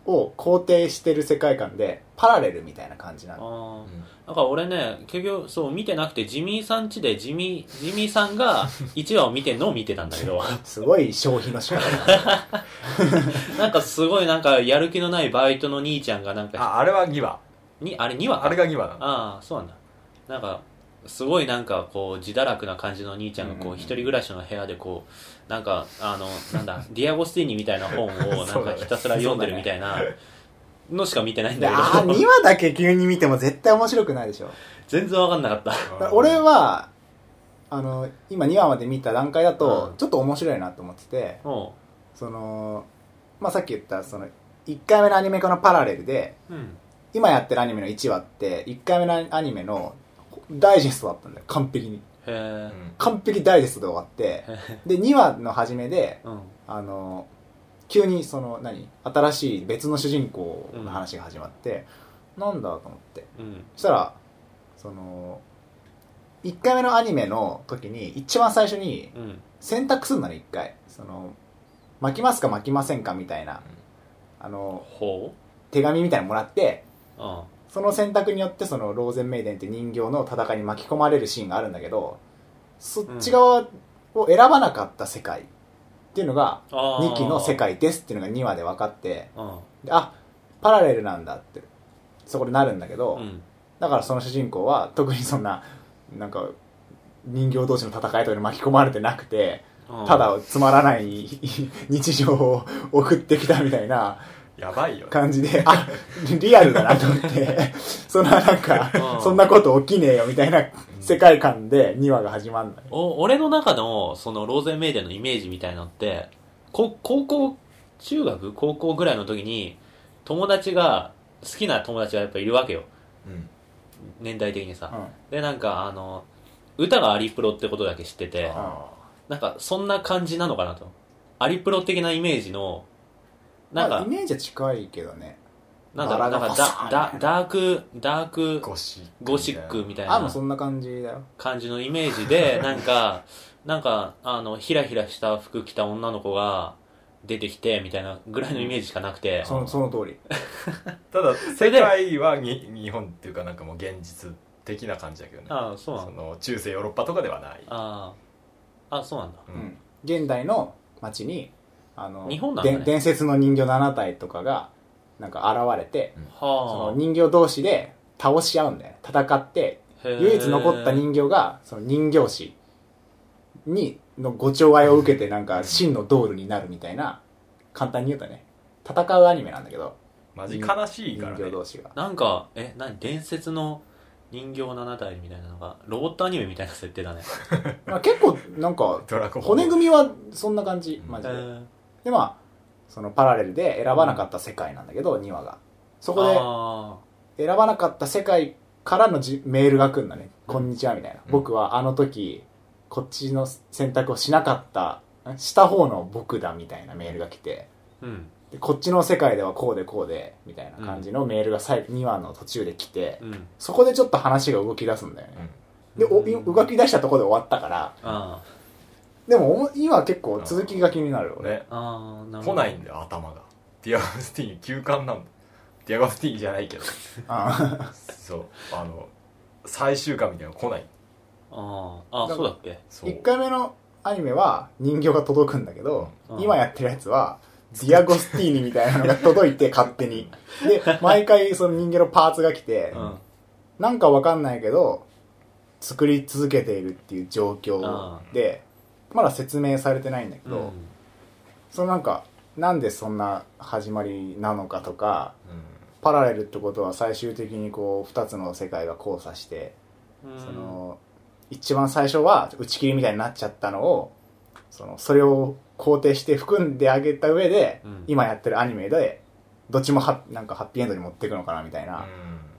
Speaker 2: を肯定してる世界観でパラレルみたいな感じな
Speaker 3: あ
Speaker 2: の
Speaker 3: ー
Speaker 1: うん
Speaker 3: なんか俺ね結局そう見てなくてジミーさんちでジミージミーさんが1話を見てんのを見てたんだ けど
Speaker 2: すごい消費の仕方だ
Speaker 3: なんかすごいなんかやる気のないバイトの兄ちゃんがなんか
Speaker 1: ああれは2話
Speaker 3: にあれ2話か
Speaker 1: あれが2話なの
Speaker 3: ああそうなんだなんかすごいなんかこう自堕落な感じの兄ちゃんがこ
Speaker 2: うんうんう
Speaker 3: うん一人暮らしの部屋でこうなんかあのなん だディアゴスティーニみたいな本をな
Speaker 1: そ
Speaker 3: ん
Speaker 1: うだ
Speaker 3: か
Speaker 1: ね
Speaker 3: ひたすら読んでるみたいなのしか見てないん
Speaker 2: で
Speaker 3: だ
Speaker 2: あ
Speaker 3: け
Speaker 2: ー
Speaker 3: ど
Speaker 2: 2話だけ急に見ても絶対面白くないでしょ
Speaker 3: 全然わかんなかった
Speaker 2: だから俺はあの今2話まで見た段階だと
Speaker 3: うん
Speaker 2: ちょっと面白いなと思ってて、
Speaker 3: お
Speaker 2: その、まあ、さっき言ったその1回目のアニメ化のパラレルで
Speaker 3: ううん
Speaker 2: 今やってるアニメの1話って1回目のアニメのダイジェストだったんだよ完璧に
Speaker 3: へえ
Speaker 2: 完璧ダイジェストで終わってで2話の初めで
Speaker 3: うん
Speaker 2: あの急にその何新しい別の主人公の話が始まって、なんだと思って
Speaker 3: うん
Speaker 2: そしたらその1回目のアニメの時に一番最初に
Speaker 3: うん
Speaker 2: 選択するんだね1回その巻きますか巻きませんかみたいなあの
Speaker 3: ほ
Speaker 2: 手紙みたいなのもらって
Speaker 3: ううん
Speaker 2: その選択によってそのローゼンメイデンって人形の戦いに巻き込まれるシーンがあるんだけどそっち側を選ばなかった世界っていうのが
Speaker 3: あー
Speaker 2: 2期の世界ですっていうのが2話で分かって
Speaker 3: うん
Speaker 2: であパラレルなんだってそこでなるんだけど、
Speaker 3: うん
Speaker 2: だからその主人公は特にそんななんか人形同士の戦いとかに巻き込まれてなくて
Speaker 3: うん
Speaker 2: ただつまらない 日常を送ってきたみたいな
Speaker 1: やばいよね
Speaker 2: 感じで、あ、リアルだなと思 って、そんななんか
Speaker 3: う、ん
Speaker 2: そんなこと起きねえよみたいな世界観で2話が始まるのよ。
Speaker 3: お俺の中のそのローゼンメイデンのイメージみたいのってこ高校中学高校ぐらいの時に友達が好きな友達がやっぱいるわけよ
Speaker 1: うん
Speaker 3: 年代的にさ、でなんかあの歌がアリプロってことだけ知ってて
Speaker 1: あ
Speaker 3: なんかそんな感じなのかなとアリプロ的なイメージのなん
Speaker 2: まあ
Speaker 3: か
Speaker 2: イ、メージは近いけどね。
Speaker 3: なんだろう
Speaker 2: バラが
Speaker 3: なん
Speaker 2: ファ
Speaker 3: か
Speaker 2: サー
Speaker 3: だだダークダーク
Speaker 1: ーゴシック
Speaker 3: ゴシックみたいな
Speaker 2: あ、もうそんな感じだよ。
Speaker 3: 感じのイメージで、 なんか、なんか、あの、ひらひらした服着た女の子が出てきて、みたいなぐらいのイメージしかなくて、
Speaker 2: そのその通り。
Speaker 1: ただ
Speaker 3: れ
Speaker 1: 世
Speaker 3: で
Speaker 1: 界はに日本っていうかなんかもう現実的な感じだけどね
Speaker 3: ああ、そうなん
Speaker 1: そ
Speaker 3: だ。
Speaker 1: の中世ヨーロッパとかではない
Speaker 3: ああ、あそうなんだ。
Speaker 1: う
Speaker 2: うんん。現代の街に、あの、
Speaker 3: 日本なんだね
Speaker 2: で伝説の人形7体とかが、なんか現れて、その
Speaker 3: は
Speaker 2: 人形同士で倒し合うんだよね。戦って、
Speaker 3: あ。へー
Speaker 2: 唯一残った人形がその人形師にのご寵愛を受けてなんか真のドールになるみたいな簡単に言うとね戦うアニメなんだけど
Speaker 1: マジ悲しい
Speaker 2: 人
Speaker 1: からね
Speaker 2: 形同士が
Speaker 3: なんか、え、何伝説の人形7体みたいなのが、ロボットアニメみたいな設定だね。
Speaker 2: まあ結構なんか
Speaker 1: ドラゴンボール
Speaker 2: 骨組みはそんな感じマ
Speaker 3: へ
Speaker 2: ジで
Speaker 3: ー
Speaker 2: でまあそのパラレルで選ばなかった世界なんだけど2話がそこ
Speaker 3: あ
Speaker 2: で選ばなかった世界からのじメールが来るんだね「こんにちは」みたいな
Speaker 1: うん
Speaker 2: 僕はあの時こっちの選択をしなかったんした方の僕だみたいなメールが来て
Speaker 3: ーうん。
Speaker 2: でこっちの世界ではこうでこうでみたいな感じのメールが最2話の途中で来て、
Speaker 3: うん。
Speaker 2: そこでちょっと話が動き出すんだよね、でおい動き出したところで終わったから
Speaker 3: あ
Speaker 2: でもおも今結構続きが気になるよ
Speaker 1: うん
Speaker 2: ね
Speaker 1: ね
Speaker 3: あ。ああ、なる
Speaker 1: 来
Speaker 3: ほど。
Speaker 1: ないんだよ頭がディアゴスティーニ休館なんだディアゴスティーニじゃないけ ど
Speaker 2: あ
Speaker 1: そうあの最終巻みたいなの来ない
Speaker 3: ああ、あそうだっけ。
Speaker 1: そう
Speaker 2: 1回目のアニメは人形が届くんだけど、
Speaker 3: うん
Speaker 2: 今やってるやつはディアゴスティーニみたいなのが届いて勝手にで毎回その人形のパーツが来て、
Speaker 3: うん。
Speaker 2: なんかわかんないけど、作り続けているっていう状況で、まだ説明されてないんだけど、
Speaker 3: うん
Speaker 2: そのなんか、なんでそんな始まりなのかとか、
Speaker 1: うん
Speaker 2: パラレルってことは最終的にこう、二つの世界が交差して、その、一番最初は打ち切りみたいになっちゃったのを、その、それを肯定して含んであげた上で、
Speaker 3: うん
Speaker 2: 今やってるアニメで、どっちもハッなんかハッピーエンドに持っていくのかなみたい
Speaker 1: う
Speaker 2: な、
Speaker 1: ん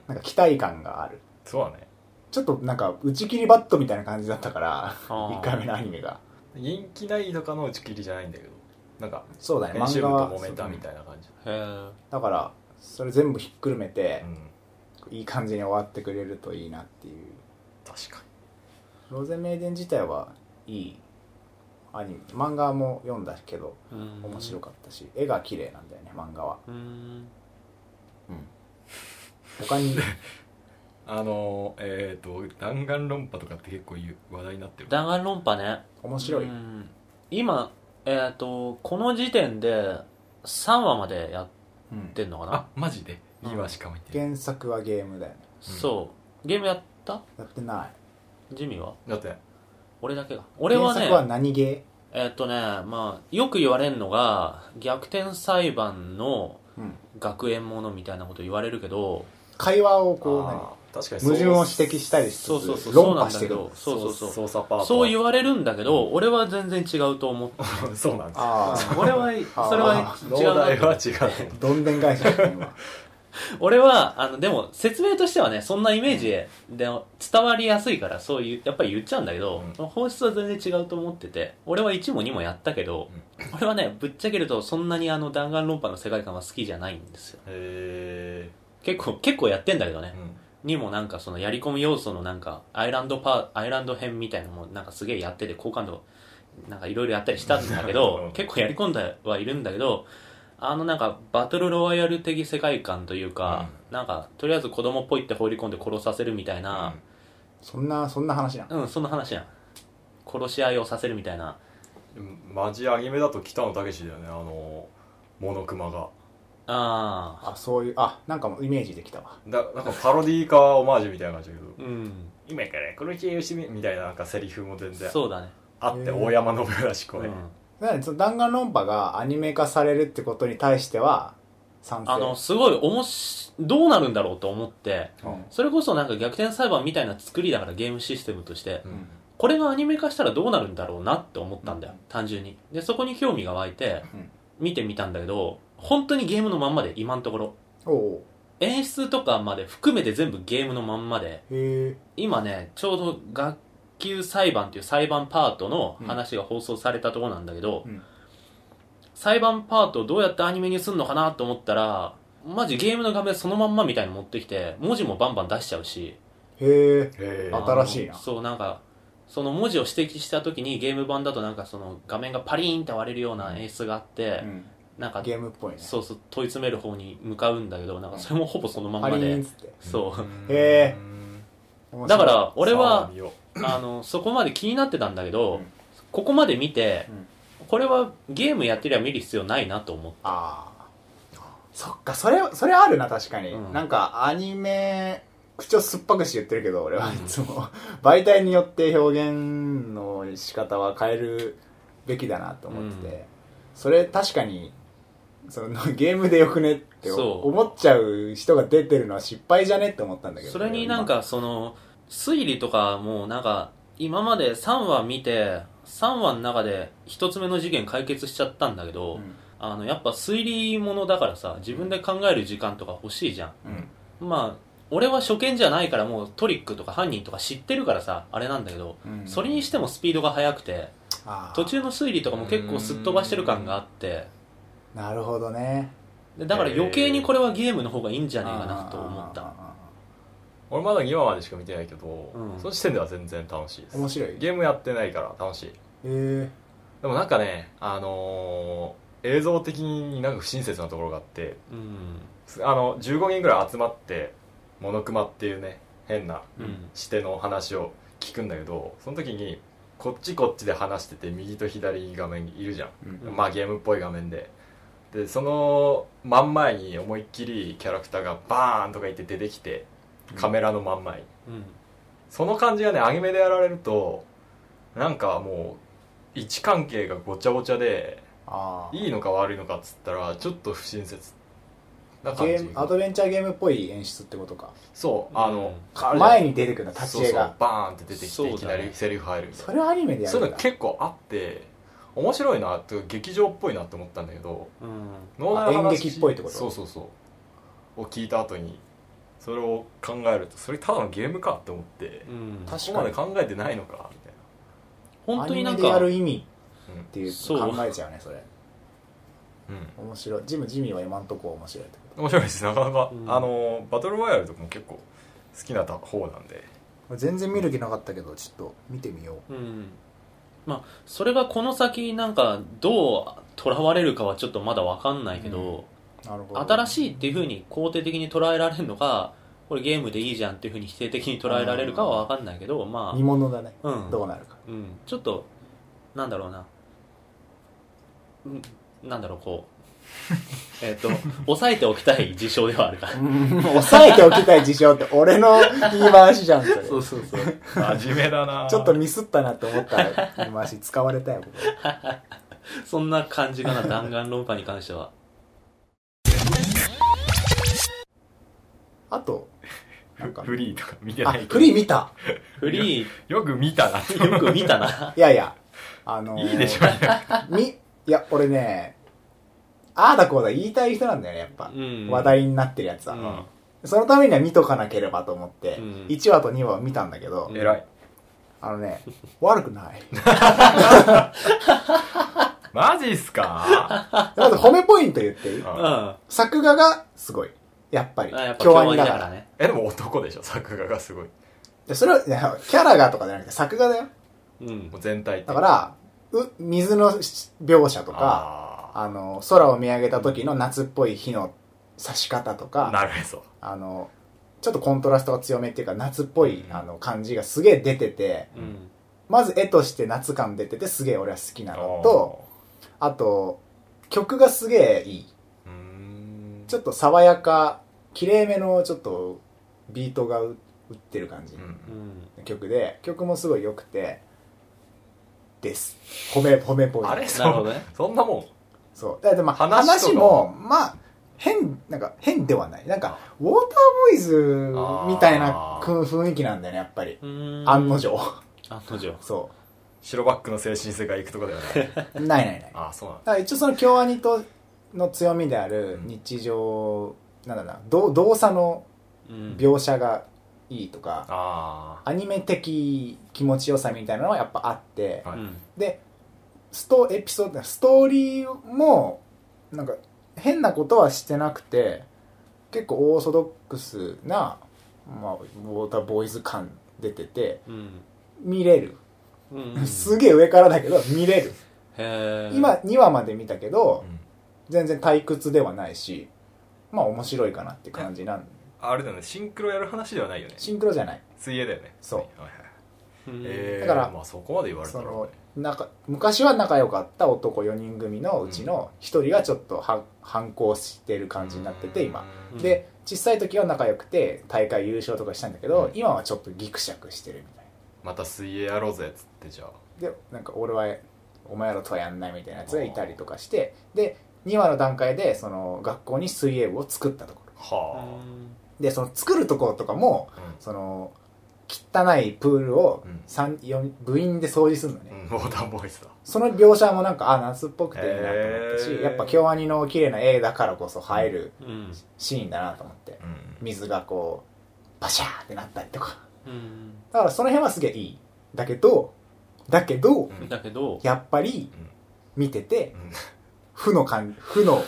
Speaker 2: なんか期待感がある。
Speaker 1: そうだね
Speaker 2: ちょっとなんか打ち切りバットみたいな感じだったから
Speaker 3: あ
Speaker 2: 1
Speaker 3: ー
Speaker 2: 回目のアニメが
Speaker 1: 人気ないとかの打ち切りじゃないんだけどなんか
Speaker 2: そうだね
Speaker 1: 編集
Speaker 2: 漫
Speaker 1: 部
Speaker 2: 画
Speaker 1: と
Speaker 2: は
Speaker 1: 揉めたみたいな感じ
Speaker 3: へえ。
Speaker 2: だからそれ全部ひっくるめて
Speaker 1: う、ん
Speaker 2: いい感じに終わってくれるといいなっていう
Speaker 1: 確か
Speaker 2: ローゼンメイデン自体はいいアニメ漫画も読んだけど
Speaker 3: うん
Speaker 2: 面白かったし絵が綺麗なんだよね漫画は
Speaker 3: うん。
Speaker 2: 他 に
Speaker 1: にあのえっ、ー、と弾丸論破とかって結構言う話題になってる
Speaker 3: 弾丸論破ね。
Speaker 2: 面白い
Speaker 3: うん今、えっ、と、この時点で3話までやっ
Speaker 2: うん
Speaker 3: てんのかな
Speaker 1: あマジで今しか見てない
Speaker 2: 原作はゲームだよね
Speaker 3: そう。ゲームやった
Speaker 2: やってない
Speaker 3: ジミーは
Speaker 1: だって
Speaker 3: 俺だけが。俺は
Speaker 2: 原
Speaker 3: ね、
Speaker 2: 作は何ゲ
Speaker 3: えっ、とね、まあ、よく言われるのが、逆転裁判の
Speaker 2: ー、うん、
Speaker 3: 学園ものみたいなこと言われるけど、
Speaker 2: 会話をこう
Speaker 1: あ
Speaker 2: 何
Speaker 1: 確かに
Speaker 2: 矛盾を指摘したりしつ
Speaker 3: そうそう
Speaker 2: つ
Speaker 3: そうそう
Speaker 2: 論
Speaker 3: な
Speaker 2: 破
Speaker 3: ん
Speaker 2: し
Speaker 3: だ
Speaker 2: て
Speaker 3: け
Speaker 2: る
Speaker 3: どそうそうそうそう
Speaker 1: 操作パート
Speaker 3: 言われるんだけど俺は全然違うと思って
Speaker 1: れ そうなんです
Speaker 2: ああ
Speaker 3: 俺はそれは
Speaker 1: 農
Speaker 3: 違うな
Speaker 1: 大
Speaker 3: と
Speaker 1: は 違うと思う
Speaker 2: どんでん返しだね今
Speaker 3: 俺はあのでも説明としてはねそんなイメージでで伝わりやすいからそういうやっぱり言っちゃうんだけど、本質は全然違うと思ってて俺は1も2もやったけど、俺はねぶっちゃけるとそんなにあの弾丸論破の世界観は好きじゃないんですよ
Speaker 1: へ
Speaker 3: 結構結構やってんだけどね
Speaker 1: え、、うん
Speaker 3: にもなんかそのやり込む要素のなんかアイランドパーアイランド編みたいなのもなんかすげえやってて好感度なんかいろいろやったりしたんだ
Speaker 1: う
Speaker 3: け ど
Speaker 1: ん
Speaker 3: 結構やり込んだはいるんだけどあのなんかバトルロワイヤル的世界観というか、なんかとりあえず子供っぽいって放り込んで殺させるみたいな
Speaker 2: そんなそんな話なん
Speaker 3: うん、そんな話やん殺し合いをさせるみたいな
Speaker 1: うんマジアニメだと北野武だよねあのモノクマが
Speaker 3: ああ
Speaker 2: あそういうあなんかもうイメージできたわ
Speaker 1: だなんかパロディーかオマージュみたいな感じだけど
Speaker 3: うん
Speaker 1: 今から殺し合いをしてみみたいななんかセリフも全然
Speaker 3: そうだね
Speaker 1: あって大山信代らしくね、
Speaker 3: うん
Speaker 2: だからその弾丸論破がアニメ化されるってことに対しては賛成
Speaker 3: あのすごいおもしどうなるんだろうと思って
Speaker 2: うん
Speaker 3: それこそなんか逆転裁判みたいな作りだからゲームシステムとして、
Speaker 1: うん
Speaker 3: これがアニメ化したらどうなるんだろうなって思ったんだよ、単純にでそこに興味が湧いて
Speaker 2: うん
Speaker 3: 見てみたんだけど本当にゲームのまんまで今のところ
Speaker 2: おお
Speaker 3: 演出とかまで含めて全部ゲームのまんまで
Speaker 2: へえ
Speaker 3: 今ねちょうど学級裁判っていう裁判パートの話が放送されたところなんだけど、
Speaker 2: うん
Speaker 3: 裁判パートをどうやってアニメにするのかなと思ったらマジゲームの画面そのまんまみたいに持ってきて文字もバンバン出しちゃうし
Speaker 2: へえ
Speaker 1: へえ
Speaker 2: あ新しいな
Speaker 3: あのそうなんかその文字を指摘した時にゲーム版だとなんかその画面がパリーンって割れるような演出があって、
Speaker 2: うん
Speaker 3: なんか
Speaker 2: ゲームっぽいね
Speaker 3: そうそう問い詰める方に向かうんだけどなんかそれもほぼそのまん
Speaker 2: パ
Speaker 3: ま
Speaker 2: リーン
Speaker 3: で
Speaker 2: っつって
Speaker 3: そ
Speaker 2: へ
Speaker 3: うだから俺
Speaker 1: さあ
Speaker 3: は
Speaker 1: 見よ
Speaker 3: あのそこまで気になってたんだけ
Speaker 2: う
Speaker 3: ど
Speaker 2: ん
Speaker 3: ここまで見てこれはゲームやってりゃ見る必要ないなと思って
Speaker 2: ああそっかそれそれあるな確かに、
Speaker 3: うん
Speaker 2: なんかアニメ口を酸っぱくして言ってるけど俺はいつも媒体によって表現の仕方は変えるべきだなと思ってて、
Speaker 3: うん
Speaker 2: それ確かにそのゲームでよくねって
Speaker 3: そう
Speaker 2: 思っちゃう人が出てるのは失敗じゃねって思ったんだけど
Speaker 3: それになんかその推理とかもうなんか今まで3話見て3話の中で1つ目の事件解決しちゃったんだけど、
Speaker 2: 今うん
Speaker 3: あのやっぱ推理ものだからさ自分で考える時間とか欲しいじゃん
Speaker 2: うん
Speaker 3: まあ俺は初見じゃないからもうトリックとか犯人とか知ってるからさあれなんだけど、
Speaker 2: うん
Speaker 3: それにしてもスピードが速くて
Speaker 2: あー
Speaker 3: 途中の推理とかも結構すっ飛ばしてる感があって
Speaker 2: なるほどね
Speaker 3: でだから余計にこれはゲームの方がいいんじゃねえかなと思っ
Speaker 2: あー
Speaker 3: た
Speaker 2: あ
Speaker 1: 俺まだ2話までしか見てないけど、
Speaker 3: うん
Speaker 1: その時点では全然楽しいで
Speaker 2: ー
Speaker 1: す
Speaker 2: 面白いへ
Speaker 1: ゲームやってないから楽しい
Speaker 2: え
Speaker 1: でもなんかねあのー映像的になんか不親切なところがあって
Speaker 3: うん
Speaker 1: すあの15人ぐらい集まってモノクマっていうね変な
Speaker 3: うん
Speaker 1: 視点の話を聞くんだけどその時にこっちこっちで話してて右と左に画面にいるじゃん、
Speaker 2: うん
Speaker 1: まあゲームっぽい画面ででその真ん前に思いっきりキャラクターがバーンとか言って出てきてカメラの真ん前に、
Speaker 3: うん
Speaker 1: その感じがねアニメでやられるとなんかもう位置関係がごちゃごちゃで
Speaker 2: ああ
Speaker 1: いいのか悪いのかっつったらちょっと不親切な
Speaker 2: ゲ
Speaker 1: 感
Speaker 2: ー
Speaker 1: じ
Speaker 2: ムアドベンチャーゲームっぽい演出ってことか
Speaker 1: そうあの、あれじゃん
Speaker 2: 前に出てくるんだ立
Speaker 1: そ
Speaker 2: ち絵
Speaker 1: うそ
Speaker 2: が
Speaker 1: うバーンって出てき
Speaker 3: そう
Speaker 1: て
Speaker 3: だね
Speaker 1: いきなりセリフ入るみたい
Speaker 2: そ
Speaker 1: な
Speaker 2: れアニメでや
Speaker 1: そ
Speaker 2: る
Speaker 1: ういうんの
Speaker 2: だ
Speaker 1: 結構あって面白いなっていうか劇場っぽいなって思ったんだけど
Speaker 3: うん
Speaker 1: 脳内の
Speaker 2: あ演
Speaker 1: 話
Speaker 2: 劇っぽいってこと
Speaker 1: そうそうそうを聞いた後にそれを考えるとそれただのゲームかって思って
Speaker 3: うん
Speaker 2: 確
Speaker 1: そこ
Speaker 2: か
Speaker 1: まで考
Speaker 2: に
Speaker 1: えてないのかみたい
Speaker 3: 本当になん
Speaker 2: アニメでや
Speaker 3: か
Speaker 2: る意味
Speaker 1: うん
Speaker 2: っていう
Speaker 3: そう
Speaker 2: 考えちゃうねそれ
Speaker 1: なうん
Speaker 2: 面白いジムジミーは今んとこ面白いってこ
Speaker 1: 面白いですなかなか、
Speaker 3: うん
Speaker 1: あのバトルロワイヤルとかも結構好きな方なん で
Speaker 2: と全然見る気なかったけどちょっと見てみよう
Speaker 3: うんまあそれがこの先なんかどうとらわれるかはちょっとまだ分かんないけど、
Speaker 2: なるほ
Speaker 3: 新
Speaker 2: い
Speaker 3: しいっていうふうに肯定的に捉えられるのかこれゲームでいいじゃんっていうふうに否定的に捉えられるかは分かんないけどま
Speaker 2: 煮物だね
Speaker 3: あ、うん
Speaker 2: どうなるか
Speaker 3: うん、ちょっとなんだろうなうんなんだろうこ うえっと抑えておきたい事象ではあるから
Speaker 2: 抑えておきたい事象って俺の言い回しじゃんそれ
Speaker 3: そうそうそう
Speaker 1: 真面目だな
Speaker 2: ちょっとミスったなって思った言い回し使われたよここ
Speaker 3: そんな感じかな弾丸論破に関しては
Speaker 2: あと なんか
Speaker 4: フリーとか見て
Speaker 2: あ
Speaker 4: ない
Speaker 2: フリー見た
Speaker 3: フリ
Speaker 4: よく見たな
Speaker 3: ー、よく見たな。
Speaker 2: いやいやあのー
Speaker 4: いいでしょ
Speaker 2: みいや俺ねああだこうだ言いたい人なんだよねやっぱ、
Speaker 3: うん
Speaker 2: 話題になってるやつは、
Speaker 3: うん
Speaker 2: そのためには見とかなければと思って、
Speaker 3: うん
Speaker 2: 1話と2話を見たんだけど、
Speaker 3: うん
Speaker 1: 偉い
Speaker 2: あのね悪くない
Speaker 4: マジっすか
Speaker 2: まず褒めポイント言って いい
Speaker 3: うん。
Speaker 1: あ
Speaker 3: あ
Speaker 2: 作画がすごいやっぱり
Speaker 3: やっぱ
Speaker 2: 共
Speaker 3: 共
Speaker 2: 演
Speaker 3: 演
Speaker 2: だ
Speaker 3: だ
Speaker 2: か
Speaker 3: かららね。
Speaker 1: えでも男でしょ作画がすごい
Speaker 2: でそれはいやキャラがとかじゃなくて作画だよ
Speaker 3: うん
Speaker 1: も。う全体
Speaker 2: だからう水の描写とか
Speaker 1: あ
Speaker 2: あの空を見上げた時の夏っぽい火の差し方と
Speaker 1: あ
Speaker 2: か
Speaker 1: なるへそ
Speaker 2: あのちょっとコントラストが強めっていうか夏っぽい
Speaker 1: うん
Speaker 2: あの感じがすげえ出てて
Speaker 3: うん。
Speaker 2: まず絵として夏感出ててすげえ俺は好きなのとあと曲がすげえいい
Speaker 1: あーうーん
Speaker 2: ちょっと爽やか綺麗めのちょっとビートがう打ってる感じ、
Speaker 1: うん
Speaker 3: うん。
Speaker 2: 曲で曲もすごい良くてです褒め褒めポイント
Speaker 1: あれ
Speaker 3: なる
Speaker 1: そ
Speaker 3: ほ
Speaker 1: う
Speaker 3: どね。
Speaker 1: そんなもん
Speaker 2: そうだでまあ
Speaker 1: 話
Speaker 2: 話
Speaker 1: とか
Speaker 2: もまあ変なんか変ではないなんかウォーターボーイズみたいな
Speaker 1: あー
Speaker 2: く雰囲気なんだよねやっぱり
Speaker 3: うん
Speaker 2: 案の。定
Speaker 3: 案の定。
Speaker 2: そ
Speaker 1: 白バックの精神世界行くとこではない
Speaker 2: うないないないだか
Speaker 1: ああそうなんだ
Speaker 2: ら一応その京アニとの強みである
Speaker 1: うん
Speaker 2: 日常、なんだろうな動動作の
Speaker 3: うん。
Speaker 2: 描写がいいとか、
Speaker 1: あ
Speaker 2: アニメ的気持ちよさみたいなのはやっぱあって、
Speaker 1: はい
Speaker 3: うん。
Speaker 2: でストエピソードストーリーもなんか変なことはしてなくて結構オーソドックスな、まあ、ウォーターボーイズ感出てて
Speaker 3: うん。
Speaker 2: 見れる、
Speaker 3: うん
Speaker 2: すげえ上からだけど見れる、
Speaker 3: へー
Speaker 2: 今、2話まで見たけ
Speaker 1: あ、
Speaker 2: ど
Speaker 1: うん、
Speaker 2: 全然退屈ではないしまあ面白いかなって感じなん
Speaker 1: あれだよねシンクロやる話ではないよね
Speaker 2: シンクロじゃない
Speaker 1: 水泳だよね
Speaker 2: そう
Speaker 1: はいはいはい
Speaker 3: うん
Speaker 1: えー、
Speaker 2: だから
Speaker 1: まあそこまで言われた
Speaker 2: そ
Speaker 1: ら、ね、
Speaker 2: のなんか昔は仲良かった男4人組のうちの1人がちょっとは反抗してる感じになってて今
Speaker 1: うん
Speaker 2: で小さい時は仲良くて大会優勝とかしたんだけど、
Speaker 1: うん
Speaker 2: 今はちょっとギクシャクしてるみたい
Speaker 1: また水泳やろうぜっつってじゃあ
Speaker 2: なでなんか俺はお前らとはやんないみたいなやつがいたりとかしてで2話の段階でその学校に水泳部を作ったところ
Speaker 1: は
Speaker 2: でその作るところとかも
Speaker 1: あ、う
Speaker 2: その汚いプールを
Speaker 1: うん
Speaker 2: 三四部員で掃除するのね、
Speaker 1: んうんウォーターボーイズだ
Speaker 2: その描写もなんかあ夏っぽくていいなと思ったし、
Speaker 1: へー
Speaker 2: やっぱ京アニの綺麗な絵だからこそ映える
Speaker 3: うん。
Speaker 2: シーンだなと思って
Speaker 1: うん
Speaker 2: 水がこうパシャーってなったりとか
Speaker 3: うん。
Speaker 2: だからその辺はすげえいいだけどだけど、
Speaker 1: うん
Speaker 3: だけど、
Speaker 2: やっぱり
Speaker 1: うん
Speaker 2: 見て
Speaker 1: う
Speaker 2: て
Speaker 1: ん
Speaker 2: 負の感負の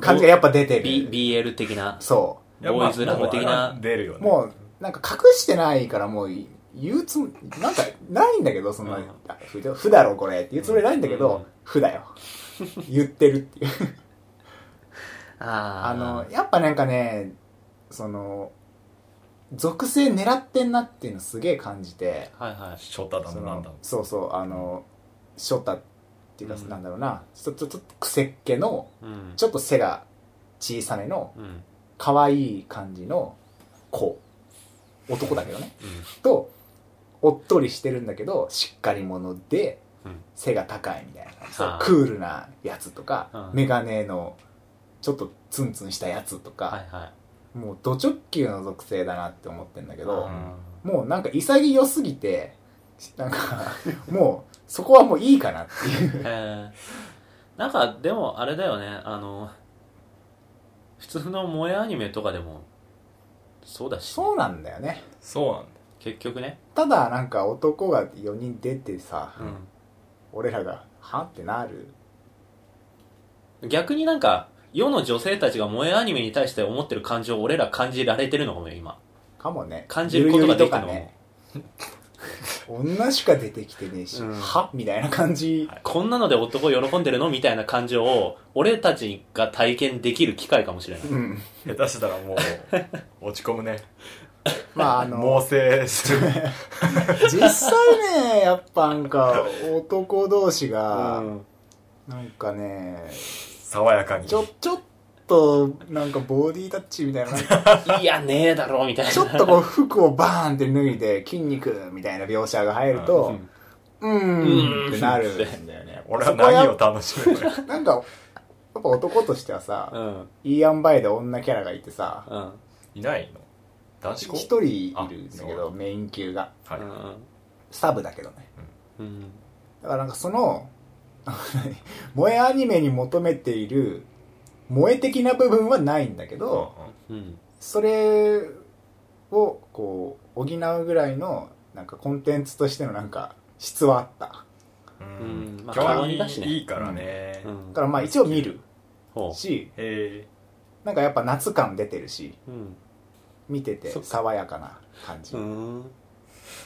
Speaker 2: 感じがやっぱ出 て
Speaker 3: B、
Speaker 2: る
Speaker 3: BL 的な、
Speaker 2: そ
Speaker 3: ボーイズラブ的
Speaker 1: まあもうあれ
Speaker 3: な
Speaker 1: は、出るよね
Speaker 2: うもうなんか隠してないからもう言うつもなんかないんだけどそんな
Speaker 3: うん
Speaker 2: あ「ふふだろこれ」って言うつもりないんだけ
Speaker 3: う
Speaker 2: ど
Speaker 3: ん
Speaker 2: 「ふだよ」 言ってるっていう
Speaker 3: あ
Speaker 2: あの、やっぱなんかね、その、属性狙ってんなっていうのすげえ感じて、
Speaker 3: はいはい。
Speaker 1: ショタだ
Speaker 2: そ
Speaker 1: の
Speaker 2: の
Speaker 1: なんだ
Speaker 2: そうそう、あの、ショタっていうか、
Speaker 3: うん
Speaker 2: なんだろうな、ちょっとちょっと癖っ気の、
Speaker 3: うん。
Speaker 2: ちょっと背が小さめの、
Speaker 3: うん。うん。
Speaker 2: 可愛い感じの子、男だけどね、と、おっとりしてるんだけど、しっかり者で
Speaker 3: うん、
Speaker 2: 背が高いみたいな、そう
Speaker 3: あー
Speaker 2: クールなやつとか、
Speaker 3: うん
Speaker 2: メガネの、ちょっとツンツンしたやつとか、
Speaker 3: はいはい。
Speaker 2: もうド直球の属性だなって思ってんだけど、
Speaker 3: うん
Speaker 2: もうなんか潔すぎて、なんか、 もう、そこはもういいかなって いう。
Speaker 3: えー、なんかでもあれだよねあの普通の萌えアニメとかでもそうだし
Speaker 2: そうなんだよね。
Speaker 1: そうなんだ
Speaker 3: 結局ね、
Speaker 2: ただなんか男が4人出てさ、
Speaker 3: う
Speaker 2: 俺らが、はってなる。
Speaker 3: ん、逆になんか世の女性たちが萌えアニメに対して思ってる感情を俺ら感じられてるのかもよ今
Speaker 2: かもね。
Speaker 3: 感じることができたの
Speaker 2: ゆるゆりとかね。女しか出てきてねえし、
Speaker 3: うん
Speaker 2: はみたいな感じ。
Speaker 3: こんなので男喜んでるのみたいな感情を俺たちが体験できる機会かもしれない
Speaker 2: うん。
Speaker 1: 下手したらも う落ち込むね
Speaker 2: まああの、
Speaker 1: 猛省する
Speaker 2: 実際ね、やっぱなんか男同士が、なんかね、
Speaker 1: 爽やかに
Speaker 2: ちょ、ちょっと、なんかボディタッチみたいな、なん か
Speaker 3: いやねえだろみたいな
Speaker 2: ちょっとこう服をバーンって脱いで、筋肉みたいな描写が入ると、うーんってなるんだよね。
Speaker 1: 俺は何を
Speaker 2: そこ
Speaker 1: 楽しむのよ
Speaker 2: やなんか、やっぱ男としては
Speaker 3: う
Speaker 2: さ、
Speaker 3: ん
Speaker 2: いい塩梅で女キャラがいてさ、
Speaker 3: うん
Speaker 1: いないの男子校
Speaker 2: 一人いるんだけ
Speaker 1: あ
Speaker 2: どメイン級が
Speaker 1: はい、
Speaker 3: う
Speaker 1: うん
Speaker 3: ん
Speaker 2: サブだけどね
Speaker 3: うん
Speaker 2: だからなんかその 萌えアニメに求めている萌え的な部分はないんだけど、
Speaker 3: うん
Speaker 2: それをこう補うぐらいのなんかコンテンツとしてのなんか質はあった
Speaker 1: うん
Speaker 3: うんまあ
Speaker 1: 教
Speaker 3: 可
Speaker 1: 員
Speaker 3: 愛いらしいね
Speaker 1: いいからね、
Speaker 3: うん
Speaker 2: だからまあ一応見る
Speaker 3: ほ
Speaker 2: し
Speaker 1: へえ
Speaker 2: なんかやっぱ夏感出てるし
Speaker 3: ううん
Speaker 2: 見てて
Speaker 3: そっか
Speaker 2: 爽やかな感じ、
Speaker 3: うん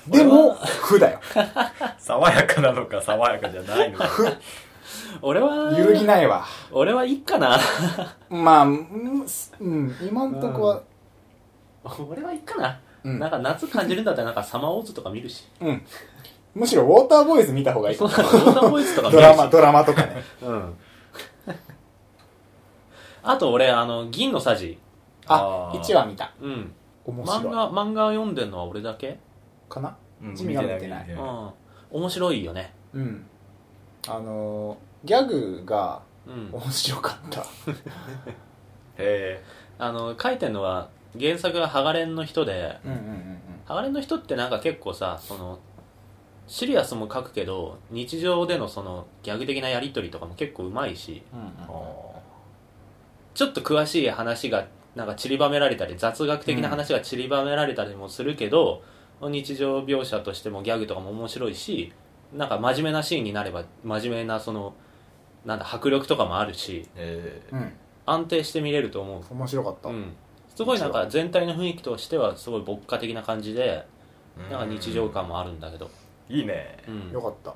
Speaker 2: で
Speaker 3: 俺
Speaker 2: も
Speaker 3: は
Speaker 2: 負だよ
Speaker 1: 爽やかなのか爽やかじゃないのか
Speaker 2: 負
Speaker 3: 俺は
Speaker 2: 揺るぎないわ
Speaker 3: 俺はいいかな
Speaker 2: まあうん、すうん、今んとこは
Speaker 3: 俺はいいかな
Speaker 2: うん
Speaker 3: なんか夏感じるんだったらなんかサマーウォーズとか見るし
Speaker 2: うんむしろウォーターボーイズ見た方がいい
Speaker 3: そうなんだウォーターボーイズとか見
Speaker 2: ド
Speaker 3: るし
Speaker 2: ラマドラマとか ね
Speaker 3: うん。あと俺、あの、銀のさじ。
Speaker 2: あ
Speaker 1: あー
Speaker 2: 一1話見た
Speaker 3: うん。
Speaker 2: 面
Speaker 3: 漫
Speaker 2: 白い
Speaker 3: 画、漫画読んでんのは俺だけ
Speaker 2: かな
Speaker 1: うん
Speaker 2: 地味が出てない
Speaker 3: うん
Speaker 1: 見。
Speaker 3: 面白いよね。
Speaker 2: うんあのーギャグが
Speaker 3: うん。
Speaker 2: 面白かった
Speaker 1: へ
Speaker 3: あの、書いてんのは、原作がハガレンの人で、
Speaker 2: うんうんうん
Speaker 3: ハガレンの人ってなんか結構さ、その、シリアスも書くけど、日常でのその、ギャグ的なやりとりとかも結構うまいし、
Speaker 2: うん
Speaker 1: えあ
Speaker 3: ちょっと詳しい話がなんか散りばめられたり雑学的な話が散りばめられたりもするけど、日常描写としてもギャグとかも面白いしなんか真面目なシーンになれば真面目なそのなんだ迫力とかもあるし
Speaker 1: ええ
Speaker 2: うん、うん、
Speaker 3: 安定して見れると思う、
Speaker 2: 面白かった、
Speaker 3: うん、すごいなんか全体の雰囲気としてはすごい牧歌的な感じで
Speaker 1: うん
Speaker 3: なんか日常感もあるんだけど、
Speaker 1: いいね
Speaker 3: うん
Speaker 2: よかった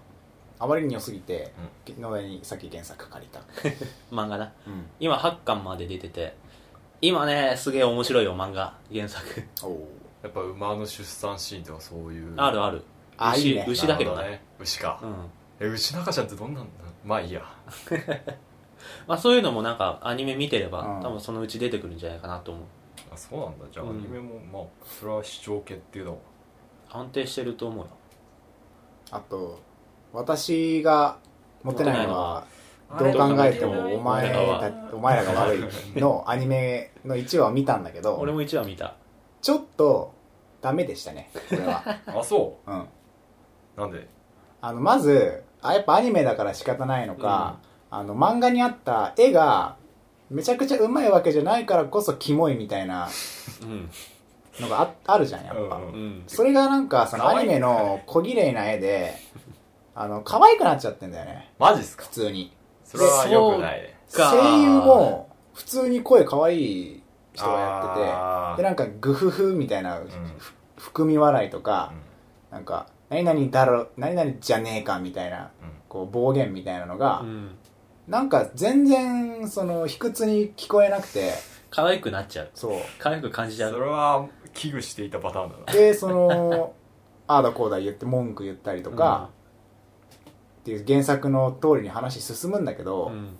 Speaker 2: あまりに良すぎて、野田にさっき原作借りた、
Speaker 3: 漫画な
Speaker 2: うん、
Speaker 3: 今8巻まで出てて今ねすげえ面白いよ漫画原作
Speaker 2: おお
Speaker 1: やっぱ馬の出産シーンとかそういう
Speaker 3: あるある
Speaker 2: あ
Speaker 3: 牛
Speaker 2: いいね
Speaker 3: 牛だけど
Speaker 1: な
Speaker 3: な
Speaker 1: るほね牛か、
Speaker 3: うん
Speaker 1: え牛中ちゃんってどんなんだまあいいや
Speaker 3: まあ、そういうのもなんかアニメ見てれば、
Speaker 2: うん
Speaker 3: 多分そのうち出てくるんじゃないかなと思う
Speaker 1: あそうなんだじゃあ、
Speaker 3: うん
Speaker 1: アニメもまあそれは視聴系っていうのは
Speaker 3: 安定してると思うよ
Speaker 2: あと私が持ってないのは
Speaker 1: 持
Speaker 2: ど
Speaker 1: っ
Speaker 2: う
Speaker 1: てないのは
Speaker 2: 考えて
Speaker 1: あ
Speaker 2: も
Speaker 1: れ
Speaker 2: お前
Speaker 3: 俺
Speaker 2: だお前らが悪い のアニメの1話を見たんだけど
Speaker 3: 俺も1話見た
Speaker 2: ちょっとダメでしたねこれ は
Speaker 1: あそ
Speaker 2: うん
Speaker 1: うなんで
Speaker 2: あのまずあやっぱアニメだから仕方ないのか、あの漫画にあった絵がめちゃくちゃうまいわけじゃないからこそキモいみたいな
Speaker 3: うん
Speaker 2: の がああるじゃんやっぱ、
Speaker 1: うんうん
Speaker 3: うん
Speaker 2: それがなんかその
Speaker 1: 可
Speaker 2: ア
Speaker 1: 愛い
Speaker 2: ニメの小綺麗な絵であの可愛くなっちゃってんだよね
Speaker 1: マジっすか
Speaker 2: 普通に
Speaker 1: それはよくないね
Speaker 3: か
Speaker 2: 声優も普通に声可愛い人がやって
Speaker 1: あ
Speaker 2: てで
Speaker 1: ー
Speaker 2: なんかグフフみたいな、ふ
Speaker 1: ん
Speaker 2: 含み笑いと
Speaker 1: う
Speaker 2: か、
Speaker 1: ん
Speaker 2: なんか何々だろ何々じゃねえかみたいな
Speaker 1: うん
Speaker 2: こう暴言みたいなのが、
Speaker 3: うん
Speaker 2: なんか全然その卑屈に聞こえなくて
Speaker 3: 可愛くなっちゃう
Speaker 2: そう
Speaker 3: 可愛く感じちゃ
Speaker 1: そうれは危惧していたパターンだな
Speaker 2: でそのああだこうだ言って文句言ったりとか、っていう原作の通りに話進むんだけど、
Speaker 3: うん、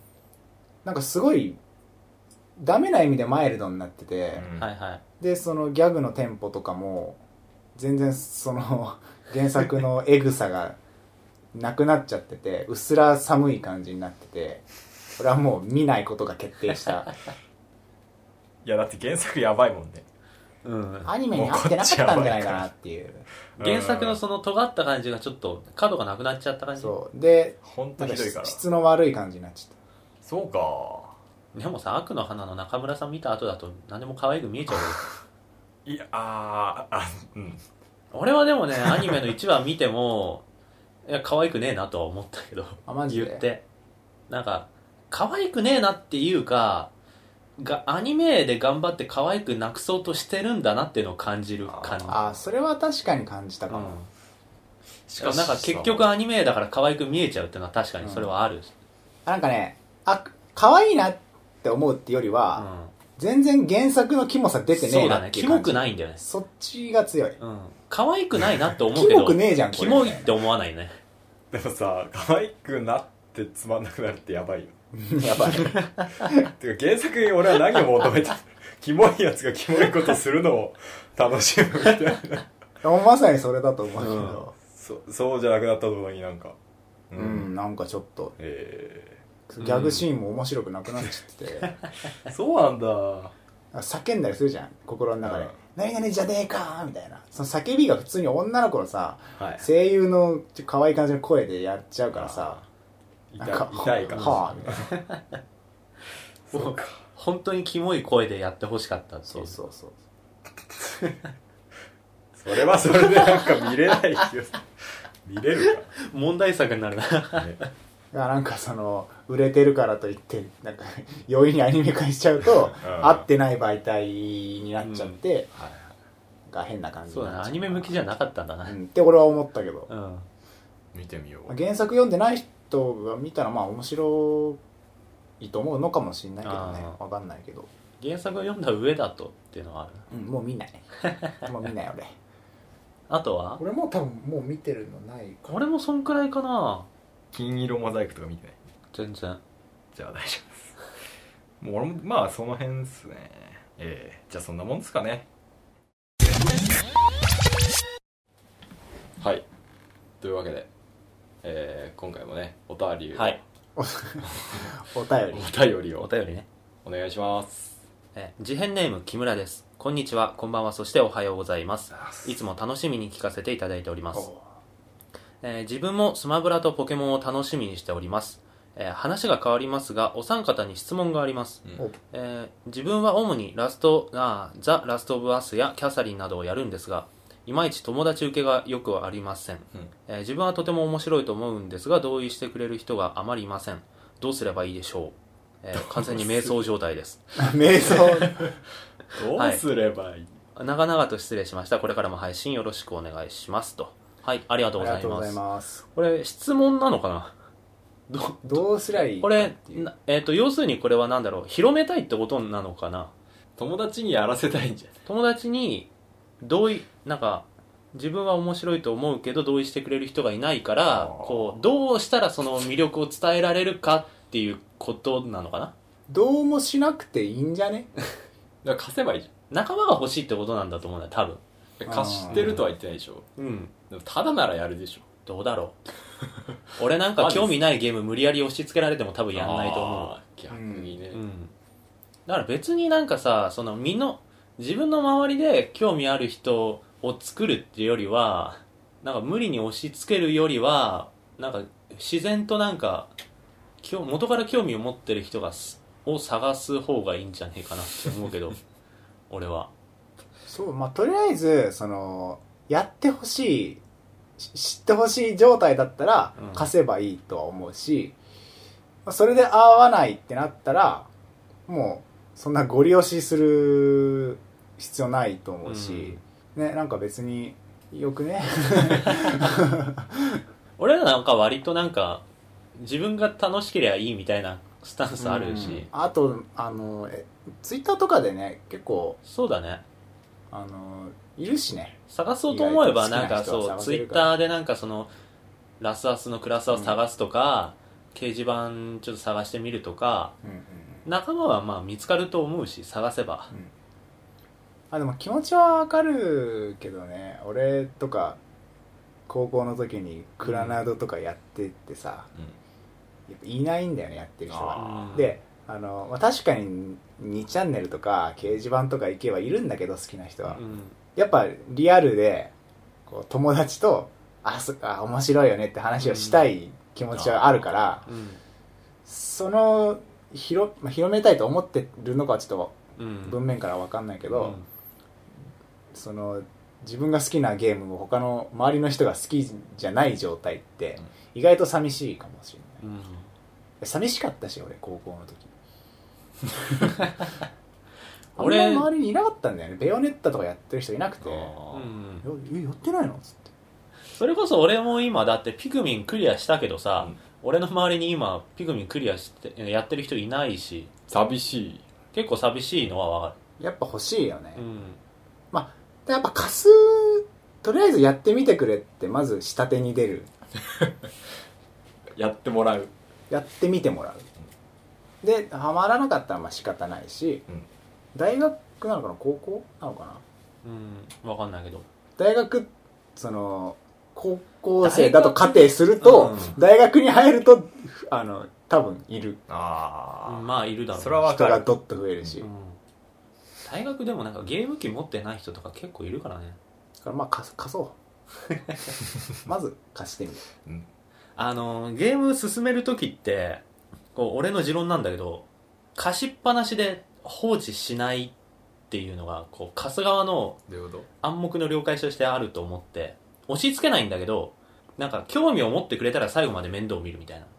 Speaker 2: なんかすごいダメな意味でマイルドになってて、
Speaker 1: うん
Speaker 3: はいはい
Speaker 2: でそのギャグのテンポとかも全然その 原作のエグさがなくなっちゃっててうっすら寒い感じになっててこれはもう見ないことが決定した
Speaker 1: いやだって原作やばいもんね
Speaker 3: うん、
Speaker 2: アニメに合ってなかったんじゃないかなっていう
Speaker 3: 原作のその尖った感じがちょっと角がなくなっちゃった感じ
Speaker 2: そうで
Speaker 1: 本当
Speaker 2: なん
Speaker 1: ひ
Speaker 2: か
Speaker 1: どいから
Speaker 2: 質の悪い感じになっちゃっ
Speaker 1: そうか
Speaker 3: でもさ悪の花の中村さん見た後だと何でも可愛く見え ちゃうよ
Speaker 1: いやあーあうん
Speaker 3: 俺はでもねアニメの1話見てもいや可愛くねえなとは思ったけど
Speaker 2: たあマジ
Speaker 3: 言
Speaker 2: で
Speaker 3: ってなんか可愛くねえなっていうかがアニメで頑張って可愛くなくそうとしてるんだなっていうのを感じる感じ
Speaker 2: あそれは確かに感じたか
Speaker 3: う
Speaker 2: も、
Speaker 3: んし
Speaker 1: し
Speaker 3: かもなんか結局アニメだから可愛く見えちゃうっていうのは確かにそれはある
Speaker 2: あなんかねあ可愛いなって思うってより
Speaker 3: う
Speaker 2: は、
Speaker 3: ん
Speaker 2: 全然原作のキモさ出てね
Speaker 3: そ
Speaker 2: え
Speaker 3: うだ
Speaker 2: なっ
Speaker 3: ね
Speaker 2: てい
Speaker 3: キ
Speaker 2: う感
Speaker 3: モ
Speaker 2: じ
Speaker 3: くないんだよね
Speaker 2: そっちが強い
Speaker 3: うん可愛くないなって思う
Speaker 2: キ
Speaker 3: けど
Speaker 2: モくねえじゃんこ
Speaker 3: キ
Speaker 2: れ
Speaker 3: モいって思わないね
Speaker 1: でもさ可愛くなってつまんなくなるってやばいよ
Speaker 2: やばい
Speaker 1: てか原作に俺は何を求め たキモいやつがキモいことするのを楽しむみたいな
Speaker 2: まさにそれだと思うけど
Speaker 1: そそうじゃなくなったのになんかう
Speaker 2: うん、なんかちょっと
Speaker 1: え
Speaker 2: ギャグシーンも面白くなくなっちゃってて、
Speaker 1: ー、そうなんだ
Speaker 2: 叫んだりするじゃん心の中で、
Speaker 1: うん
Speaker 2: 「何々じゃねえか!」みたいなその叫びが普通に女の子のさ
Speaker 4: はい
Speaker 2: 声優のちょ可愛い感じの声でやっちゃうからさ
Speaker 1: 痛
Speaker 2: ないんか
Speaker 1: 痛い感じ
Speaker 2: はあみたいな
Speaker 3: もう本当にキモい声でやってほしかったっていう
Speaker 2: そうそうそう
Speaker 4: それはそれでなんか見れない気がする見れる
Speaker 3: 問題作になるな
Speaker 4: か、ね、
Speaker 2: だからなんかその売れてるからといってなんか 容易にアニメ化しちゃう
Speaker 4: う
Speaker 2: と、
Speaker 4: ん
Speaker 2: 合ってない媒体になっちゃって、が変な感じ
Speaker 3: そう
Speaker 2: に
Speaker 3: だ
Speaker 2: なっちゃ
Speaker 3: なアニメ向きじゃなかったんだな
Speaker 2: うんって俺は思ったけど、
Speaker 3: うん
Speaker 1: 見てみよう
Speaker 2: 原作読んでない人が見たらまあ面白いと思うのかもしれないけどね
Speaker 3: あー
Speaker 2: わかんないけど、
Speaker 3: 原作を読んだ上だとっていうのはあるな
Speaker 2: うん、もう見ないもう見ない俺
Speaker 3: あとは
Speaker 2: 俺も多分もう見てるのない
Speaker 3: 俺もそんくらいかな
Speaker 1: 金色モザイクとか見てない
Speaker 3: 全然
Speaker 1: じゃあ大丈夫ですもう俺もまあその辺っすねええじゃあそんなもんですかねはいというわけで、えー今回もねおたわりを、
Speaker 3: はい
Speaker 2: お便り
Speaker 1: お便り
Speaker 3: お
Speaker 1: を
Speaker 3: 便りね
Speaker 1: お願いします
Speaker 3: え事変ネーム木村ですこんにちはこんばんはそしておはようございますいつも楽しみに聞かせていただいておりますえー自分もスマブラとポケモンを楽しみにしております、えー話が変わりますがお三方に質問があります、
Speaker 1: うん
Speaker 2: お
Speaker 3: えー自分は主にラストあーザ・ラスト・オブ・アスやキャサリンなどをやるんですがいまいち友達受けがよくありません、
Speaker 1: うん
Speaker 3: えー自分はとても面白いと思うんですが同意してくれる人があまりいませんどうすればいいでしょう、えー完全に迷走状態です
Speaker 2: 瞑想
Speaker 1: どうすればいい、
Speaker 3: 長々と失礼しましたこれからも配信よろしくお願いしますとはいありがとうござ
Speaker 2: ありが
Speaker 3: い
Speaker 2: とうご
Speaker 3: ま
Speaker 2: ざ
Speaker 3: す
Speaker 2: います
Speaker 3: これ質問なのかなど
Speaker 2: どうすりゃいい
Speaker 3: これ、なえっ、と、要するにこれは何だろう、広めたいってことなのかな
Speaker 1: 友達にやらせたいんじゃない
Speaker 3: 友達に同意、なんか、自分は面白いと思うけど同意してくれる人がいないか
Speaker 1: あー
Speaker 3: ら、こう、どうしたらその魅力を伝えられるかっていうことなのかな
Speaker 2: どうもしなくていいんじゃね
Speaker 1: だから貸せばいいじ
Speaker 3: 仲間が欲しいってことなんだと思うんだよ、多分。
Speaker 1: ゃん貸してるとは言ってないでしょ
Speaker 3: うん。
Speaker 1: でもただならやるでしょ
Speaker 3: どう だろう。俺なんか興味ないゲーム無理やり押し付けられても多分やんないと思う。
Speaker 1: あー逆にね、
Speaker 3: うん、だから別になんかさその身の自分の周りで興味ある人を作るっていうよりはなんか無理に押し付けるよりはなんか自然となんかきょ元から興味を持ってる人がすを探す方がいいんじゃねえかなって思うけど俺は
Speaker 2: そうまあとりあえずそのやってほしいし知ってほしい状態だったら
Speaker 3: うん
Speaker 2: 貸せばいいとは思うし、まあそれで合わないってなったらもうそんなご利押しする必要ないと思うし、ねなんか別によくね
Speaker 3: 俺らなんか割となんか自分が楽しければいいみたいなスタンスあるし、
Speaker 1: うん
Speaker 2: あとあのえツイッターとかでね結構
Speaker 3: そうだね
Speaker 2: あのいるしね
Speaker 3: 探そうと思えば
Speaker 2: 意
Speaker 3: なん
Speaker 2: 外と好きな
Speaker 3: か
Speaker 2: 人は
Speaker 3: そう
Speaker 2: 探
Speaker 3: ツ
Speaker 2: せ
Speaker 3: イ
Speaker 2: る
Speaker 3: ッ
Speaker 2: から
Speaker 3: ターでなんかそのラスアスのクラスを探すとか、掲示板ちょっと探してみるとか
Speaker 2: うんうんうん
Speaker 3: 仲間はまあ見つかると思うし探せば
Speaker 2: あでも気持ちはわかるけどね俺とか高校の時にクラナドとかやってってさ、やっぱいないんだよねやってる人が
Speaker 1: あ
Speaker 3: ー
Speaker 2: であの、まあ、確かに2チャンネルとか掲示板とか行けばいるんだけど好きな人は、
Speaker 3: うん
Speaker 2: やっぱリアルでこう友達とあそあ面白いよねって話をしたい気持ちはあるから、
Speaker 3: うん
Speaker 2: その広,、まあ、広めたいと思ってるのかはちょっと
Speaker 3: うん
Speaker 2: 文面からわかんないけど、その自分が好きなゲームを他の周りの人が好きじゃない状態って
Speaker 1: うん
Speaker 2: 意外と寂しいかもしれない
Speaker 3: うんうん
Speaker 2: 寂しかったし俺高校の 時
Speaker 3: 俺
Speaker 2: 俺周りにいなかったんだよねベヨネッタとかやってる人いなくて「いや
Speaker 1: あ
Speaker 3: う
Speaker 1: ー
Speaker 3: ん
Speaker 2: えやってないの?」っつって
Speaker 3: それこそ俺も今だってピクミンクリアしたけどさ、
Speaker 1: うん
Speaker 3: 俺の周りに今ピクミンクリアしてやってる人いないし
Speaker 1: 寂しい
Speaker 3: 結構寂しいのはわか
Speaker 2: やっぱ欲しいよね、
Speaker 3: る、うん
Speaker 2: やっぱ貸すとりあえずやってみてくれってまず下手に出る
Speaker 1: やってもらう
Speaker 2: やってみてもらうでハマらなかったらまあ仕方ないし、
Speaker 1: うん
Speaker 2: 大学なのかな高校なのかな
Speaker 3: うん、わかんないけど
Speaker 2: 大学その高校生だと仮定すると
Speaker 1: う
Speaker 2: 大学,、に入るとあの多分いる
Speaker 1: ああ
Speaker 3: まあいるだろうな
Speaker 1: それはわ
Speaker 2: 人
Speaker 1: か
Speaker 2: が
Speaker 1: る
Speaker 2: どっと増えるし、
Speaker 3: うん大学でもなんかゲーム機持ってない人とか結構いるからね
Speaker 2: だからまあ貸す貸そう まず貸してみる
Speaker 3: あのゲーム進める時ってこう俺の持論なんだけど貸しっぱなしで放置しないっていうのがこう貸す側の
Speaker 1: どういうこ
Speaker 3: 暗黙の了解としてあると思って押し付けないんだけどなんか興味を持ってくれたら最後まで面倒を見るみたいな
Speaker 1: と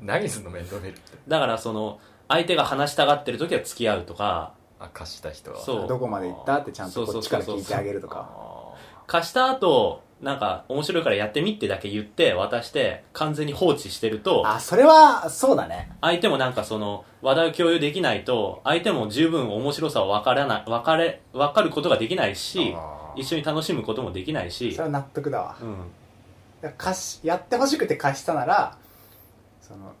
Speaker 1: 何すんの面倒見るって
Speaker 3: だからその相手が話したがってる時は付き合うとか
Speaker 1: あ貸した人は
Speaker 3: そう
Speaker 2: どこまで行ったってちゃんとこっちから聞いてあげるとか
Speaker 1: あ
Speaker 3: 貸した後なんか面白いからやってみってだけ言って渡して完全に放置してると
Speaker 2: あそれはそうだね
Speaker 3: 相手もなんかその話題を共有できないと相手も十分面白さを分からない分かれ分かることができない
Speaker 1: ー
Speaker 3: し
Speaker 1: あー
Speaker 3: 一緒に楽しむこともできないし
Speaker 2: それは納得だわ
Speaker 3: うん
Speaker 2: だから貸しやってほしくて貸したならその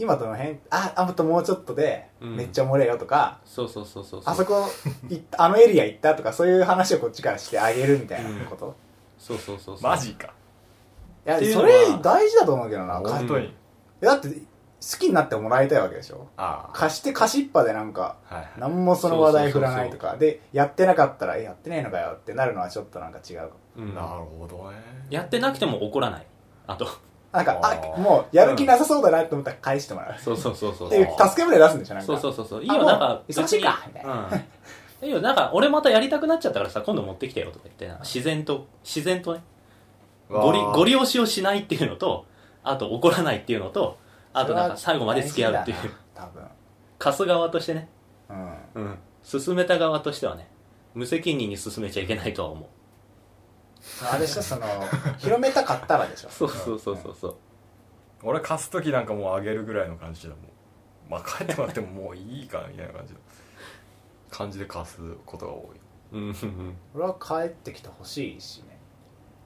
Speaker 2: 今との辺ああともうちょっとで
Speaker 3: うん
Speaker 2: めっちゃおもれえよとか、
Speaker 3: そうそうそうそう
Speaker 2: あそこ行ったあのエリア行ったとかそういう話をこっちからしてあげるみたいなこと、い
Speaker 3: そうそうそうそう
Speaker 4: マジか
Speaker 2: や
Speaker 3: っていうの
Speaker 2: そ
Speaker 3: は
Speaker 2: れ大事だと思うけどな
Speaker 1: 本当に
Speaker 2: だって好きになってもらいたいわけでしょ
Speaker 1: ああ
Speaker 2: 貸して貸しっぱでなんか
Speaker 1: はいはい
Speaker 2: 何もその話題振らないとかでやってなかったらえやってねえのかよってなるのはちょっとなんか違う
Speaker 3: うん
Speaker 1: なるほどね
Speaker 3: やってなくても怒らない あと
Speaker 2: なんか
Speaker 1: あー
Speaker 2: あもうやる気なさそうだなって思ったら返してもらう
Speaker 3: そうそうそうそう
Speaker 2: っていう助け舟出すんでしょなんか
Speaker 3: そうそううそうそういい
Speaker 2: あ
Speaker 3: よ
Speaker 2: もう
Speaker 3: なんか
Speaker 2: 忙しいかみたい
Speaker 3: な、うん、いいよなんか俺またやりたくなっちゃったからさ今度持ってきてよとか言ってな自然と自然とねごり
Speaker 1: わあ
Speaker 3: ご利用しをしないっていうのとあと怒らないっていうのとあとなんか最後まで付き合うっていう
Speaker 2: 多分
Speaker 3: 貸す側としてね、
Speaker 2: うん
Speaker 3: うん、進めた側としてはね無責任に進めちゃいけないとは思う
Speaker 2: あれでしょそ の広めたかったらでしょ
Speaker 3: そうそうそうそうそう
Speaker 1: 俺貸す時なんかもうあげるぐらいの感じだもんまあ帰ってもらってももういいかみたいな感じの感じで貸すことが多い
Speaker 3: うんうんうん
Speaker 2: 俺は帰ってきてほしいしね、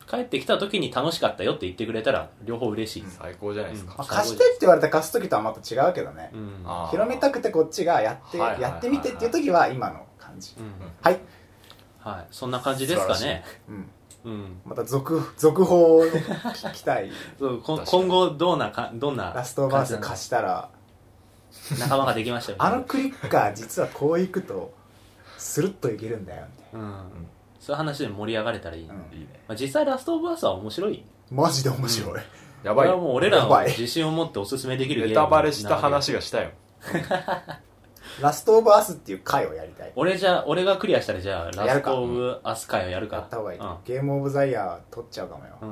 Speaker 3: 帰ってきた時に楽しかったよって言ってくれたら両方嬉しいです、
Speaker 1: 最高じゃないですか、
Speaker 2: まあ、貸してって言われたら貸す時とはまた違うけどね
Speaker 3: うん
Speaker 1: あー
Speaker 2: 広めたくてこっちがやって
Speaker 1: はいはいはいはい
Speaker 2: やってみてっていう時は今の感じ
Speaker 3: うん
Speaker 2: はい
Speaker 3: はい、そんな感じですか
Speaker 1: 素晴ら
Speaker 3: ね
Speaker 2: うん
Speaker 3: うん
Speaker 2: また続続報を聞きたい
Speaker 3: そうこ
Speaker 1: 確かに
Speaker 3: 今後どんなかどんな
Speaker 2: ラストバース
Speaker 3: 感
Speaker 2: 貸したら
Speaker 3: じなの仲間ができましたよ
Speaker 2: あのクリッカー実はこういくとスルッといけるんだよみたい
Speaker 3: うん、そういう話で盛り上がれたらいい、
Speaker 2: な、
Speaker 3: ま
Speaker 2: うん
Speaker 1: いいね
Speaker 3: あ、実際ラストオブアースは面白い
Speaker 2: マジで面白い、
Speaker 1: や
Speaker 3: こ
Speaker 1: ばい
Speaker 3: れはもう俺ら
Speaker 2: や
Speaker 3: の
Speaker 2: ばい
Speaker 3: 自信を持っておすすめできるゲー
Speaker 1: ネ
Speaker 3: ム
Speaker 1: タバレした
Speaker 3: なので
Speaker 1: 話がしたよ
Speaker 2: ラストオブアースっていう回をやりたい
Speaker 3: 俺じゃ俺がクリアしたらじゃあラ
Speaker 2: や
Speaker 3: ス
Speaker 2: るか
Speaker 3: トオブアース会をやるか
Speaker 2: やった方がいい、
Speaker 3: うん
Speaker 2: ゲームオブザイヤー取っちゃうかもよ、
Speaker 3: う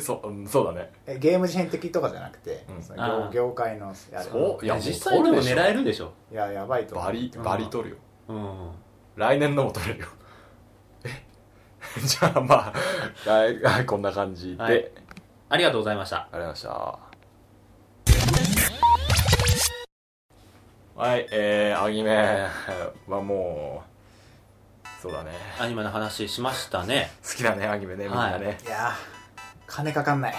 Speaker 1: そううんそうだね
Speaker 2: えゲーム人的とかじゃなくて、
Speaker 1: うん
Speaker 2: その
Speaker 3: あー
Speaker 2: 業業界のやる
Speaker 1: そういやもう
Speaker 3: 実際でも狙えるでしょ、
Speaker 2: いややばいと思う
Speaker 1: バリ
Speaker 3: うん
Speaker 1: バリ取るよ
Speaker 3: うん、
Speaker 1: 来年のも取れるよえ じゃあまあはいはい こんな感じで、
Speaker 3: はいありがとうございました
Speaker 1: ありがとうございましたはいえー、アニメはもうそうだね
Speaker 3: アニメの話しまし たね
Speaker 1: 好きだねアニメねみんなね、
Speaker 2: いやー金かかんない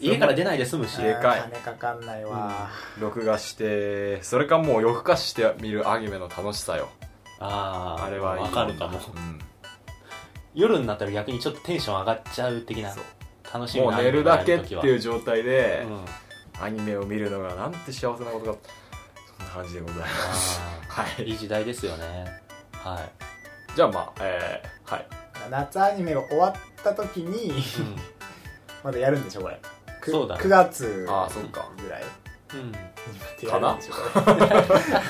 Speaker 3: 家から出ないで済むし
Speaker 1: でかい
Speaker 2: あー金かかんないわ
Speaker 1: 録画してそれかもう夜更かしして見るアニメの楽しさよ
Speaker 3: ああ
Speaker 1: あれはいい
Speaker 3: わかるかも
Speaker 1: うん
Speaker 3: 夜になったら逆にちょっとテンション上がっちゃう的な
Speaker 1: そう
Speaker 3: 楽しみ
Speaker 1: もう
Speaker 3: な
Speaker 1: 寝るだけっていうう状態で、
Speaker 3: ん、あ
Speaker 1: アニメを見るのがなんて幸せなことかそんな感じでございます
Speaker 3: あ
Speaker 1: はいい
Speaker 3: い時代ですよねはい
Speaker 1: じゃあまあえー、はい
Speaker 2: 夏アニメが終わった時にまだやるんでしょこれく
Speaker 3: そうだね
Speaker 2: 9月
Speaker 1: ああそっか
Speaker 2: ぐらい
Speaker 3: うん、うん、
Speaker 2: にまたやるんでしょこれ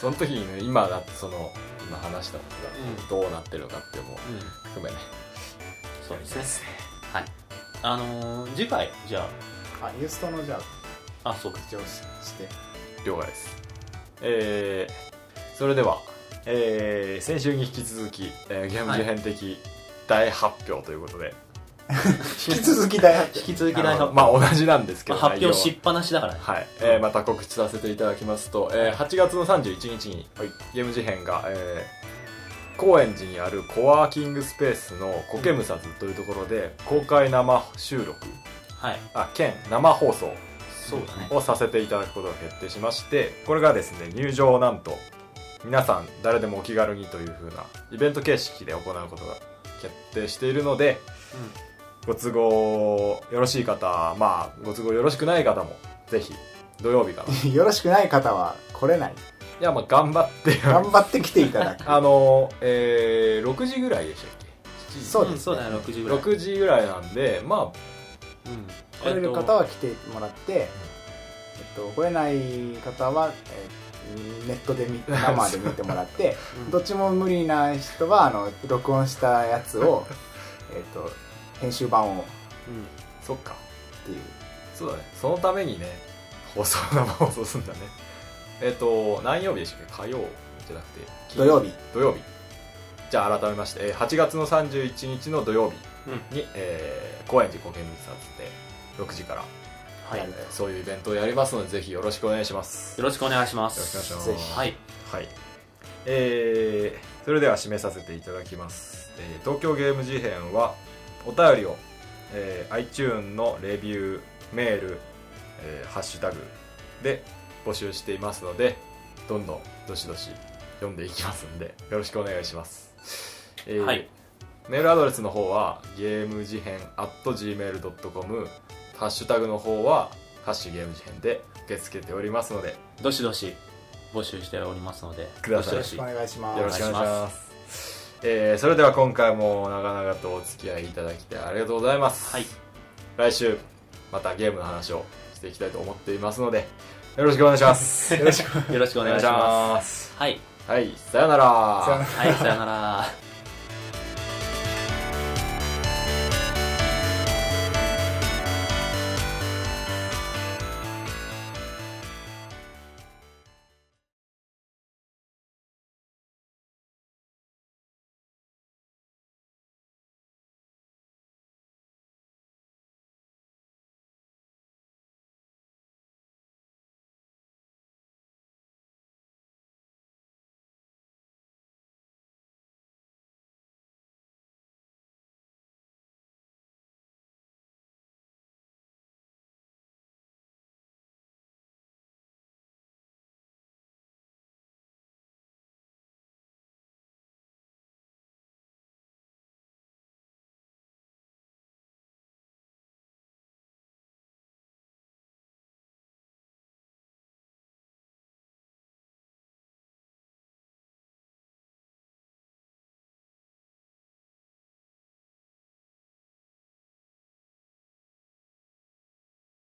Speaker 1: その時にね今だってその今話したことがどうなってるのかっていうのも
Speaker 3: うん、
Speaker 1: 含めね
Speaker 3: そうですねはいあのー、次回じゃ
Speaker 2: あユーストのじゃあ
Speaker 3: ああそうか
Speaker 2: 口調し して
Speaker 1: 了解ですえー、それではえー、先週に引き続き、えー、ゲーム事変的大発表ということで、
Speaker 2: 引き続きだよ
Speaker 3: 引き続き大発表、
Speaker 1: まあ同じなんですけ
Speaker 3: ま
Speaker 1: ど、
Speaker 3: あ発表
Speaker 1: 内容は
Speaker 3: しっぱなしだからね
Speaker 1: はい、えーまた告知させていただきますと、えー8月の31日に、ゲーム事変が、えー高円寺にあるコワーキングスペースのコケムサズというところで公開生収録
Speaker 3: はい
Speaker 1: あ兼生放送
Speaker 3: そうだね
Speaker 1: をさせていただくことが決定しましてこれがですね入場なんと皆さん誰でもお気軽にという風なイベント形式で行うことが決定しているのでご都合よろしい方 まあご都合よろしくない方もぜひ土曜日から
Speaker 2: よろしくない方は来れない
Speaker 1: いやまあ頑張って
Speaker 2: 頑張って来ていただ き
Speaker 1: あのえー、6時ぐらいでしたっけ
Speaker 2: そうですね
Speaker 3: んそうだよ6時ぐらい、
Speaker 1: 6時ぐらいなんでまあ
Speaker 3: うん
Speaker 2: 来れる方は来てもらって、えっと、来れない方は、えーネットで 見生で見てもらって
Speaker 3: うん
Speaker 2: どっちも無理な人はあの録音したやつを、えっと、編集版をっ
Speaker 3: うん
Speaker 1: そっか
Speaker 2: ていう
Speaker 1: そうだねそのためにね放送生放送するんだね えっ、と何曜日でしたっけ火曜じゃなくて金
Speaker 2: 土曜日
Speaker 1: 土曜日じゃあ改めましてえー8月の31日の土曜日に、えー、高円寺国民殺で6時から、
Speaker 3: はい、
Speaker 2: や
Speaker 3: よ
Speaker 2: る
Speaker 1: えーそういうイベントをやりますのでぜひよろしくお願いします
Speaker 3: ろしくお願いします
Speaker 1: よろしくお願いします
Speaker 2: ぜひ
Speaker 3: はい
Speaker 1: はいえーそれでは締めさせていただきます、えー東京ゲーム事変はお便りを、えー iTune のレビューメール、えーハッシュタグで募集していますのでどんどんどしどし読んでいきますんでよろしくお願いします、えー
Speaker 3: はい
Speaker 1: メールアドレスの方はゲーム事変 at gmail.com ハッシュタグの方はハッシュゲーム事変で受け付けておりますので
Speaker 3: どしどし募集しておりますので
Speaker 1: ください
Speaker 3: ど
Speaker 2: よろ
Speaker 3: し
Speaker 2: しく
Speaker 3: ど
Speaker 2: お
Speaker 3: し
Speaker 2: 願いしま
Speaker 1: よろし
Speaker 2: す
Speaker 1: くお願いし
Speaker 3: お願いし
Speaker 1: ま。
Speaker 3: ます
Speaker 1: えーそれでは今回も長々とお付き合いいただきありがとうございます。
Speaker 3: はい
Speaker 1: 来週、またゲームの話をしていきたいと思っていますので、よろしくお願いします。よろしく
Speaker 3: よろしくお
Speaker 1: お。
Speaker 3: 願いしますすはい
Speaker 1: はい、さよなら。
Speaker 2: さよなら
Speaker 3: はいさよなら